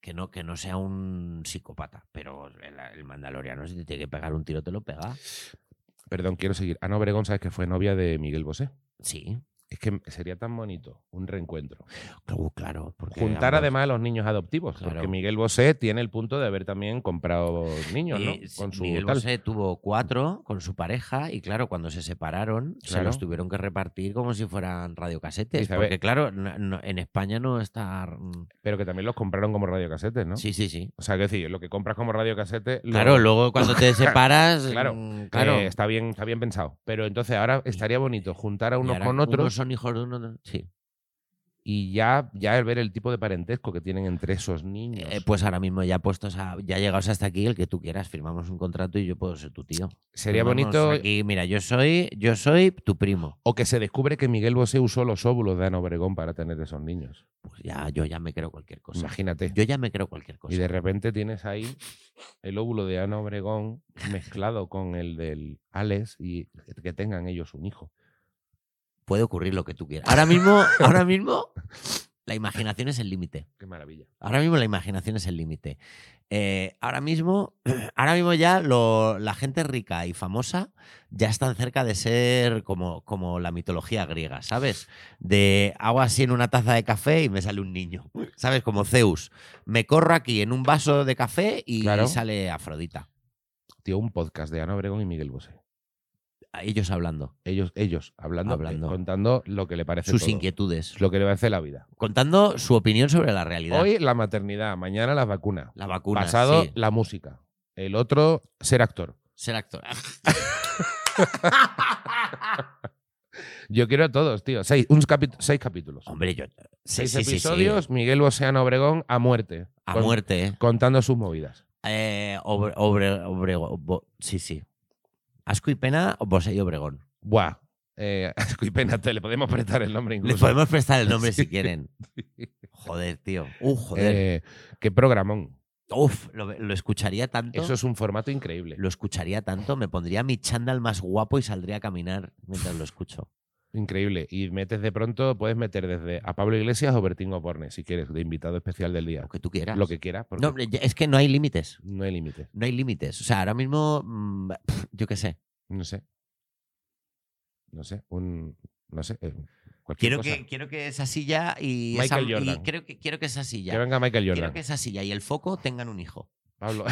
Speaker 1: que no, que no sea un psicópata, pero el, el mandaloriano si te tiene que pegar un tiro te lo pega.
Speaker 2: Perdón, quiero seguir. Ana Obregón, ¿sabes que fue novia de Miguel Bosé?
Speaker 1: Sí,
Speaker 2: Es que sería tan bonito un reencuentro.
Speaker 1: claro, uh, claro, porque
Speaker 2: Juntar
Speaker 1: ambos-
Speaker 2: además a los niños adoptivos.
Speaker 1: Claro.
Speaker 2: Porque Miguel Bosé tiene el punto de haber también comprado niños, ¿no?
Speaker 1: Eh,
Speaker 2: Con su
Speaker 1: Miguel
Speaker 2: tal.
Speaker 1: Bosé tuvo cuatro con su pareja y claro, cuando se separaron se
Speaker 2: Claro.
Speaker 1: los tuvieron que repartir como si fueran radiocasetes.
Speaker 2: Isabel.
Speaker 1: Porque claro, no- no- en España no está... mm,
Speaker 2: Pero que también los compraron como radiocasetes, ¿no?
Speaker 1: Sí, sí, sí.
Speaker 2: O sea, que decir, lo que compras como radiocasete. lo-
Speaker 1: Claro, luego cuando te separas...
Speaker 2: Claro,
Speaker 1: mm,
Speaker 2: eh,
Speaker 1: claro.
Speaker 2: está, bien, está bien pensado. Pero entonces ahora estaría bonito juntar a
Speaker 1: Y
Speaker 2: unos
Speaker 1: ahora
Speaker 2: con
Speaker 1: Unos
Speaker 2: otros.
Speaker 1: son hijos de uno. de- Sí.
Speaker 2: Y ya, ya al ver el tipo de parentesco que tienen entre esos niños.
Speaker 1: Eh, pues ahora mismo ya puestos a, ya llegados hasta aquí, el que tú quieras, firmamos un contrato y yo puedo ser tu tío.
Speaker 2: Sería
Speaker 1: Firmamos
Speaker 2: bonito
Speaker 1: Aquí, mira, yo soy, yo soy tu primo.
Speaker 2: o que se descubre que Miguel Bosé usó los óvulos de Ana Obregón para tener esos niños.
Speaker 1: Pues ya, yo ya me creo cualquier cosa.
Speaker 2: Imagínate.
Speaker 1: Pues Yo ya me creo cualquier cosa.
Speaker 2: Mm. Y de repente tienes ahí el óvulo de Ana Obregón mezclado con el del Alex y que tengan ellos un hijo.
Speaker 1: Puede ocurrir lo que tú quieras. Ahora mismo, ahora mismo, la imaginación es el límite.
Speaker 2: Qué maravilla.
Speaker 1: Ahora mismo la imaginación es el límite. Eh, ahora mismo, ahora mismo ya lo- la gente rica y famosa ya están cerca de ser como, como la mitología griega, ¿sabes? De hago así en una taza de café y me sale un niño, ¿sabes? Como Zeus. Me corro aquí en un vaso de café y
Speaker 2: Claro.
Speaker 1: sale Afrodita.
Speaker 2: Tío, un podcast de Ana Obregón y Miguel Bosé.
Speaker 1: Ellos hablando,
Speaker 2: Ellos, ellos hablando,
Speaker 1: Hablando.
Speaker 2: eh, contando lo que le parece
Speaker 1: sus
Speaker 2: todo.
Speaker 1: inquietudes,
Speaker 2: lo que le parece la vida.
Speaker 1: contando su opinión sobre la realidad.
Speaker 2: Hoy la maternidad, mañana las vacunas,
Speaker 1: la vacuna.
Speaker 2: pasado
Speaker 1: sí.
Speaker 2: la música, el otro ser actor.
Speaker 1: Ser actor. Ah,
Speaker 2: Yo quiero a todos, tío. Seis, un capi- seis capítulos.
Speaker 1: Hombre, yo. Sí,
Speaker 2: seis
Speaker 1: sí, sí, sí.
Speaker 2: episodios, Miguel Boseano Obregón a muerte.
Speaker 1: A
Speaker 2: con-
Speaker 1: muerte, ¿eh?
Speaker 2: Contando sus movidas.
Speaker 1: Eh, Obre- Obre- Obrego- Bo- sí, sí. Asco y pena, Bosé y Obregón.
Speaker 2: Buah. Eh, y penate, le podemos prestar el nombre incluso.
Speaker 1: Les podemos prestar el nombre
Speaker 2: Sí.
Speaker 1: si quieren. Joder, tío. Uh, joder.
Speaker 2: Eh, qué programón.
Speaker 1: Uf, lo, lo escucharía tanto.
Speaker 2: Eso es un formato increíble.
Speaker 1: Lo escucharía tanto. Me pondría mi chándal más guapo y saldría a caminar mientras lo escucho.
Speaker 2: Increíble. Y metes de pronto, puedes meter desde a Pablo Iglesias o Bertín Oborne, si quieres, de invitado especial del día.
Speaker 1: Lo que tú quieras.
Speaker 2: Lo que quieras, porque
Speaker 1: No, hombre, ya- es que no hay límites.
Speaker 2: no hay límite.
Speaker 1: No hay límites. O sea, ahora mismo, mm, pf, yo qué sé.
Speaker 2: No sé. No sé. Un. No sé. eh, cualquier
Speaker 1: Quiero
Speaker 2: cosa.
Speaker 1: que, quiero que esa silla y, esa-
Speaker 2: Michael
Speaker 1: y
Speaker 2: Jordan.
Speaker 1: creo que, quiero que esa silla.
Speaker 2: Que venga Michael
Speaker 1: Quiero
Speaker 2: Jordan.
Speaker 1: que esa silla y el foco tengan un hijo. Pues
Speaker 2: Pablo,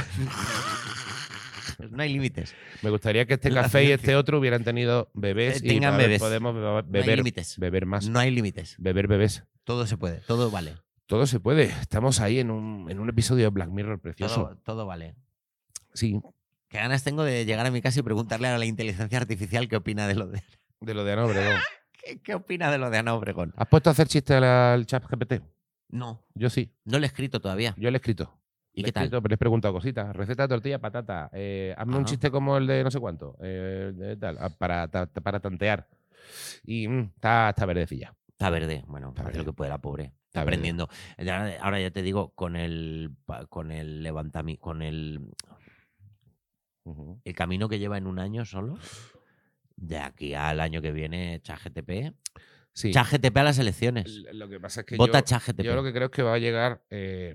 Speaker 1: No hay límites.
Speaker 2: me gustaría que este
Speaker 1: La
Speaker 2: café y
Speaker 1: ciencia.
Speaker 2: este otro hubieran tenido bebés
Speaker 1: Eh,
Speaker 2: y
Speaker 1: tengan
Speaker 2: a ver,
Speaker 1: bebés.
Speaker 2: podemos beba-
Speaker 1: No hay
Speaker 2: beber,
Speaker 1: límites.
Speaker 2: beber más.
Speaker 1: No hay límites.
Speaker 2: Beber bebés.
Speaker 1: Todo se puede. Todo vale.
Speaker 2: Todo se puede. Estamos ahí en un, en un episodio de Black Mirror precioso.
Speaker 1: Todo, todo vale.
Speaker 2: Sí,
Speaker 1: Qué ganas tengo de llegar a mi casa y preguntarle a la inteligencia artificial qué opina de lo de
Speaker 2: de lo de Ana Obregón.
Speaker 1: qué, qué opina de lo de Ana Obregón.
Speaker 2: ¿Has puesto a hacer chistes al- al chat GPT?
Speaker 1: No,
Speaker 2: Yo sí.
Speaker 1: no le he escrito todavía.
Speaker 2: Yo le he escrito.
Speaker 1: ¿Y
Speaker 2: Le
Speaker 1: qué
Speaker 2: he
Speaker 1: tal?
Speaker 2: escrito, pero le he preguntado cositas. Receta de tortilla patata. Eh, hazme un
Speaker 1: Ajá.
Speaker 2: chiste como el de no sé cuánto. eh, de tal, ah, para, ta- ta- para tantear. Y mm, está, está verdecilla.
Speaker 1: Está verde. Bueno,
Speaker 2: Está
Speaker 1: hace lo
Speaker 2: verde.
Speaker 1: que puede la pobre.
Speaker 2: Está
Speaker 1: Está
Speaker 2: verde.
Speaker 1: aprendiendo. Ahora, ahora ya te digo, con el pa- con el levantami, con el,
Speaker 2: Ujú.
Speaker 1: el camino que lleva en un año solo. De aquí al año que viene, ChatGTP.
Speaker 2: Sí.
Speaker 1: ChatGTP a las elecciones.
Speaker 2: L- Lo que pasa es que
Speaker 1: Vota
Speaker 2: yo,
Speaker 1: ChatGTP.
Speaker 2: yo lo que creo es que va a llegar eh,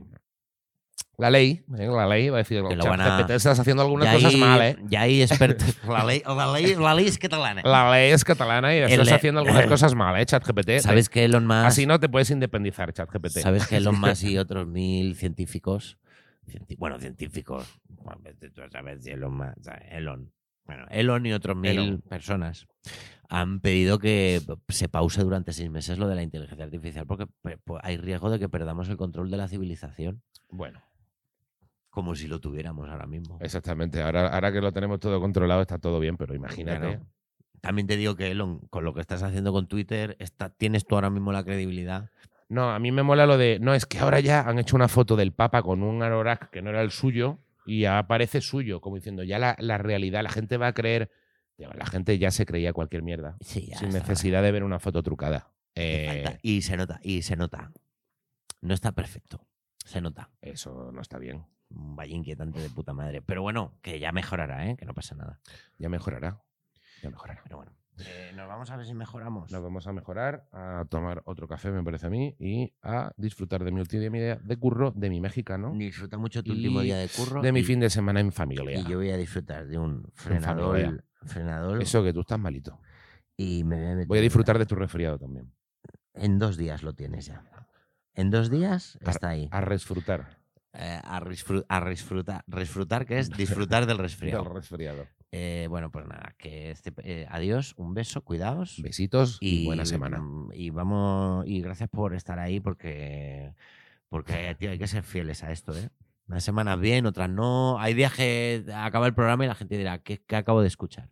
Speaker 2: la ley. eh, la ley va a decir,
Speaker 1: Que lo
Speaker 2: "Chat
Speaker 1: van a-
Speaker 2: GPT, estás haciendo algunas
Speaker 1: Ya
Speaker 2: cosas
Speaker 1: hay-
Speaker 2: mal, ¿eh?
Speaker 1: Ya hay expertos. La ley, la ley, la ley es catalana.
Speaker 2: La ley es catalana y estás
Speaker 1: El-
Speaker 2: haciendo algunas cosas mal, ¿eh, ChatGPT?
Speaker 1: ¿Sabes que Elon Musk,
Speaker 2: Así no te puedes independizar, ChatGPT.
Speaker 1: ¿sabes que Elon Musk y otros mil científicos, cienti- bueno, científicos, bueno, vete tú a saber si Elon Musk- o sea, Elon, bueno, Elon y otros mil
Speaker 2: Elon.
Speaker 1: personas han pedido que se pause durante seis meses lo de la inteligencia artificial porque pe- po- hay riesgo de que perdamos el control de la civilización,
Speaker 2: Bueno,
Speaker 1: como si lo tuviéramos ahora
Speaker 2: Eh,
Speaker 1: mismo.
Speaker 2: exactamente. Ahora, ahora que lo tenemos todo controlado está todo bien, pero imagínate.
Speaker 1: Claro. También te digo que Elon, con lo que estás haciendo con Twitter, está, tienes tú ahora mismo la credibilidad.
Speaker 2: No, a mí me mola lo de. No, es que ahora ya han hecho una foto del Papa con un anorak que no era el suyo y ya parece suyo, como diciendo, ya la, la realidad, la gente va a creer. Tío, La gente ya se creía cualquier mierda.
Speaker 1: Sí, ya
Speaker 2: sin
Speaker 1: está.
Speaker 2: necesidad de ver una foto trucada.
Speaker 1: Y
Speaker 2: Eh,
Speaker 1: falta- y se nota, y se nota. No está perfecto. Se nota.
Speaker 2: eso no está bien.
Speaker 1: Un valle inquietante de puta madre. Pero bueno, que ya mejorará, ¿eh? que no pasa nada.
Speaker 2: Ya mejorará. Ya mejorará.
Speaker 1: Pero bueno, eh, nos vamos a ver si mejoramos.
Speaker 2: Nos vamos a mejorar, a tomar otro café, me parece a mí, y a disfrutar de mi último día de curro, de mi mexicano,
Speaker 1: Disfruta mucho tu
Speaker 2: Y
Speaker 1: último día de curro.
Speaker 2: de mi
Speaker 1: y-
Speaker 2: fin de semana en familia.
Speaker 1: Y yo voy a disfrutar de un
Speaker 2: familia.
Speaker 1: frenador. frenador
Speaker 2: Eso que tú estás malito.
Speaker 1: y me voy a, meter
Speaker 2: Voy a disfrutar de tu resfriado también.
Speaker 1: En dos días lo tienes ya. En dos días
Speaker 2: Ar-
Speaker 1: está ahí.
Speaker 2: A resfrutar
Speaker 1: Eh, a, disfru- a disfrutar. Disfrutar, que es disfrutar del resfriado.
Speaker 2: del resfriado.
Speaker 1: Eh, bueno, pues nada, que este, eh, adiós, un beso, cuidaos.
Speaker 2: Besitos y, buena semana.
Speaker 1: mm, Y vamos, y gracias por estar ahí porque, porque tío, hay que ser fieles a esto, ¿eh? Unas semanas bien, otras no. Hay días que acaba el programa y la gente dirá, ¿qué, qué acabo de escuchar?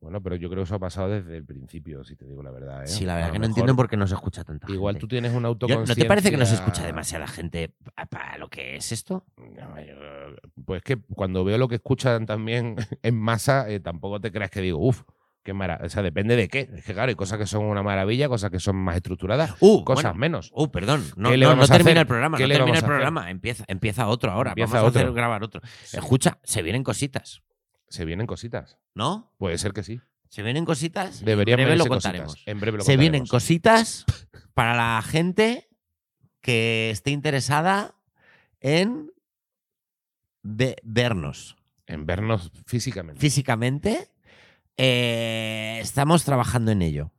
Speaker 2: Bueno, pero yo creo que eso ha pasado desde el principio, si te digo la verdad. ¿eh?
Speaker 1: Sí, la
Speaker 2: A
Speaker 1: verdad
Speaker 2: lo
Speaker 1: que no
Speaker 2: mejor-
Speaker 1: entiendo por qué no se escucha tanta
Speaker 2: Igual
Speaker 1: gente.
Speaker 2: tú tienes una
Speaker 1: Yo-
Speaker 2: autoconciencia.
Speaker 1: ¿No te parece que no se escucha demasiada gente pa- para lo que es esto?
Speaker 2: No, yo- Pues que cuando veo lo que escuchan también en masa, eh, tampoco te creas que digo, uff, qué maravilla. O sea, depende de qué. Es que claro, hay cosas que son una maravilla, cosas que son más estructuradas,
Speaker 1: Uh,
Speaker 2: cosas
Speaker 1: bueno,
Speaker 2: menos.
Speaker 1: uh, perdón, no,
Speaker 2: ¿Qué le
Speaker 1: no,
Speaker 2: vamos
Speaker 1: no
Speaker 2: a
Speaker 1: termina
Speaker 2: hacer?
Speaker 1: el programa,
Speaker 2: ¿Qué
Speaker 1: no
Speaker 2: le
Speaker 1: termina
Speaker 2: vamos
Speaker 1: el
Speaker 2: a hacer?
Speaker 1: programa, empieza, empieza otro ahora,
Speaker 2: Empieza
Speaker 1: vamos a hacer
Speaker 2: otro.
Speaker 1: grabar otro. Escucha, se vienen cositas,
Speaker 2: Se vienen cositas.
Speaker 1: ¿no?
Speaker 2: Puede ser que sí.
Speaker 1: Se vienen cositas, y
Speaker 2: Deberían
Speaker 1: en breve lo
Speaker 2: venirse cositas.
Speaker 1: contaremos.
Speaker 2: En breve lo
Speaker 1: se vienen
Speaker 2: contaremos.
Speaker 1: cositas para la gente que esté interesada en ve- vernos
Speaker 2: En vernos físicamente.
Speaker 1: físicamente. Eh, estamos trabajando en ello.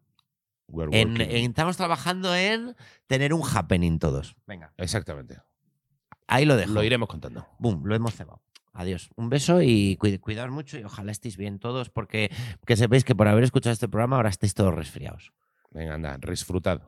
Speaker 2: We're
Speaker 1: En-
Speaker 2: working.
Speaker 1: en- estamos trabajando en tener un happening todos. Venga.
Speaker 2: Exactamente.
Speaker 1: Ahí lo dejo.
Speaker 2: Lo iremos contando.
Speaker 1: Boom, lo hemos cebado. Adiós. Un beso y cuid- cuidaos mucho y ojalá estéis bien todos porque que sepáis que por haber escuchado este programa ahora estáis todos resfriados.
Speaker 2: Venga, anda, disfrutad.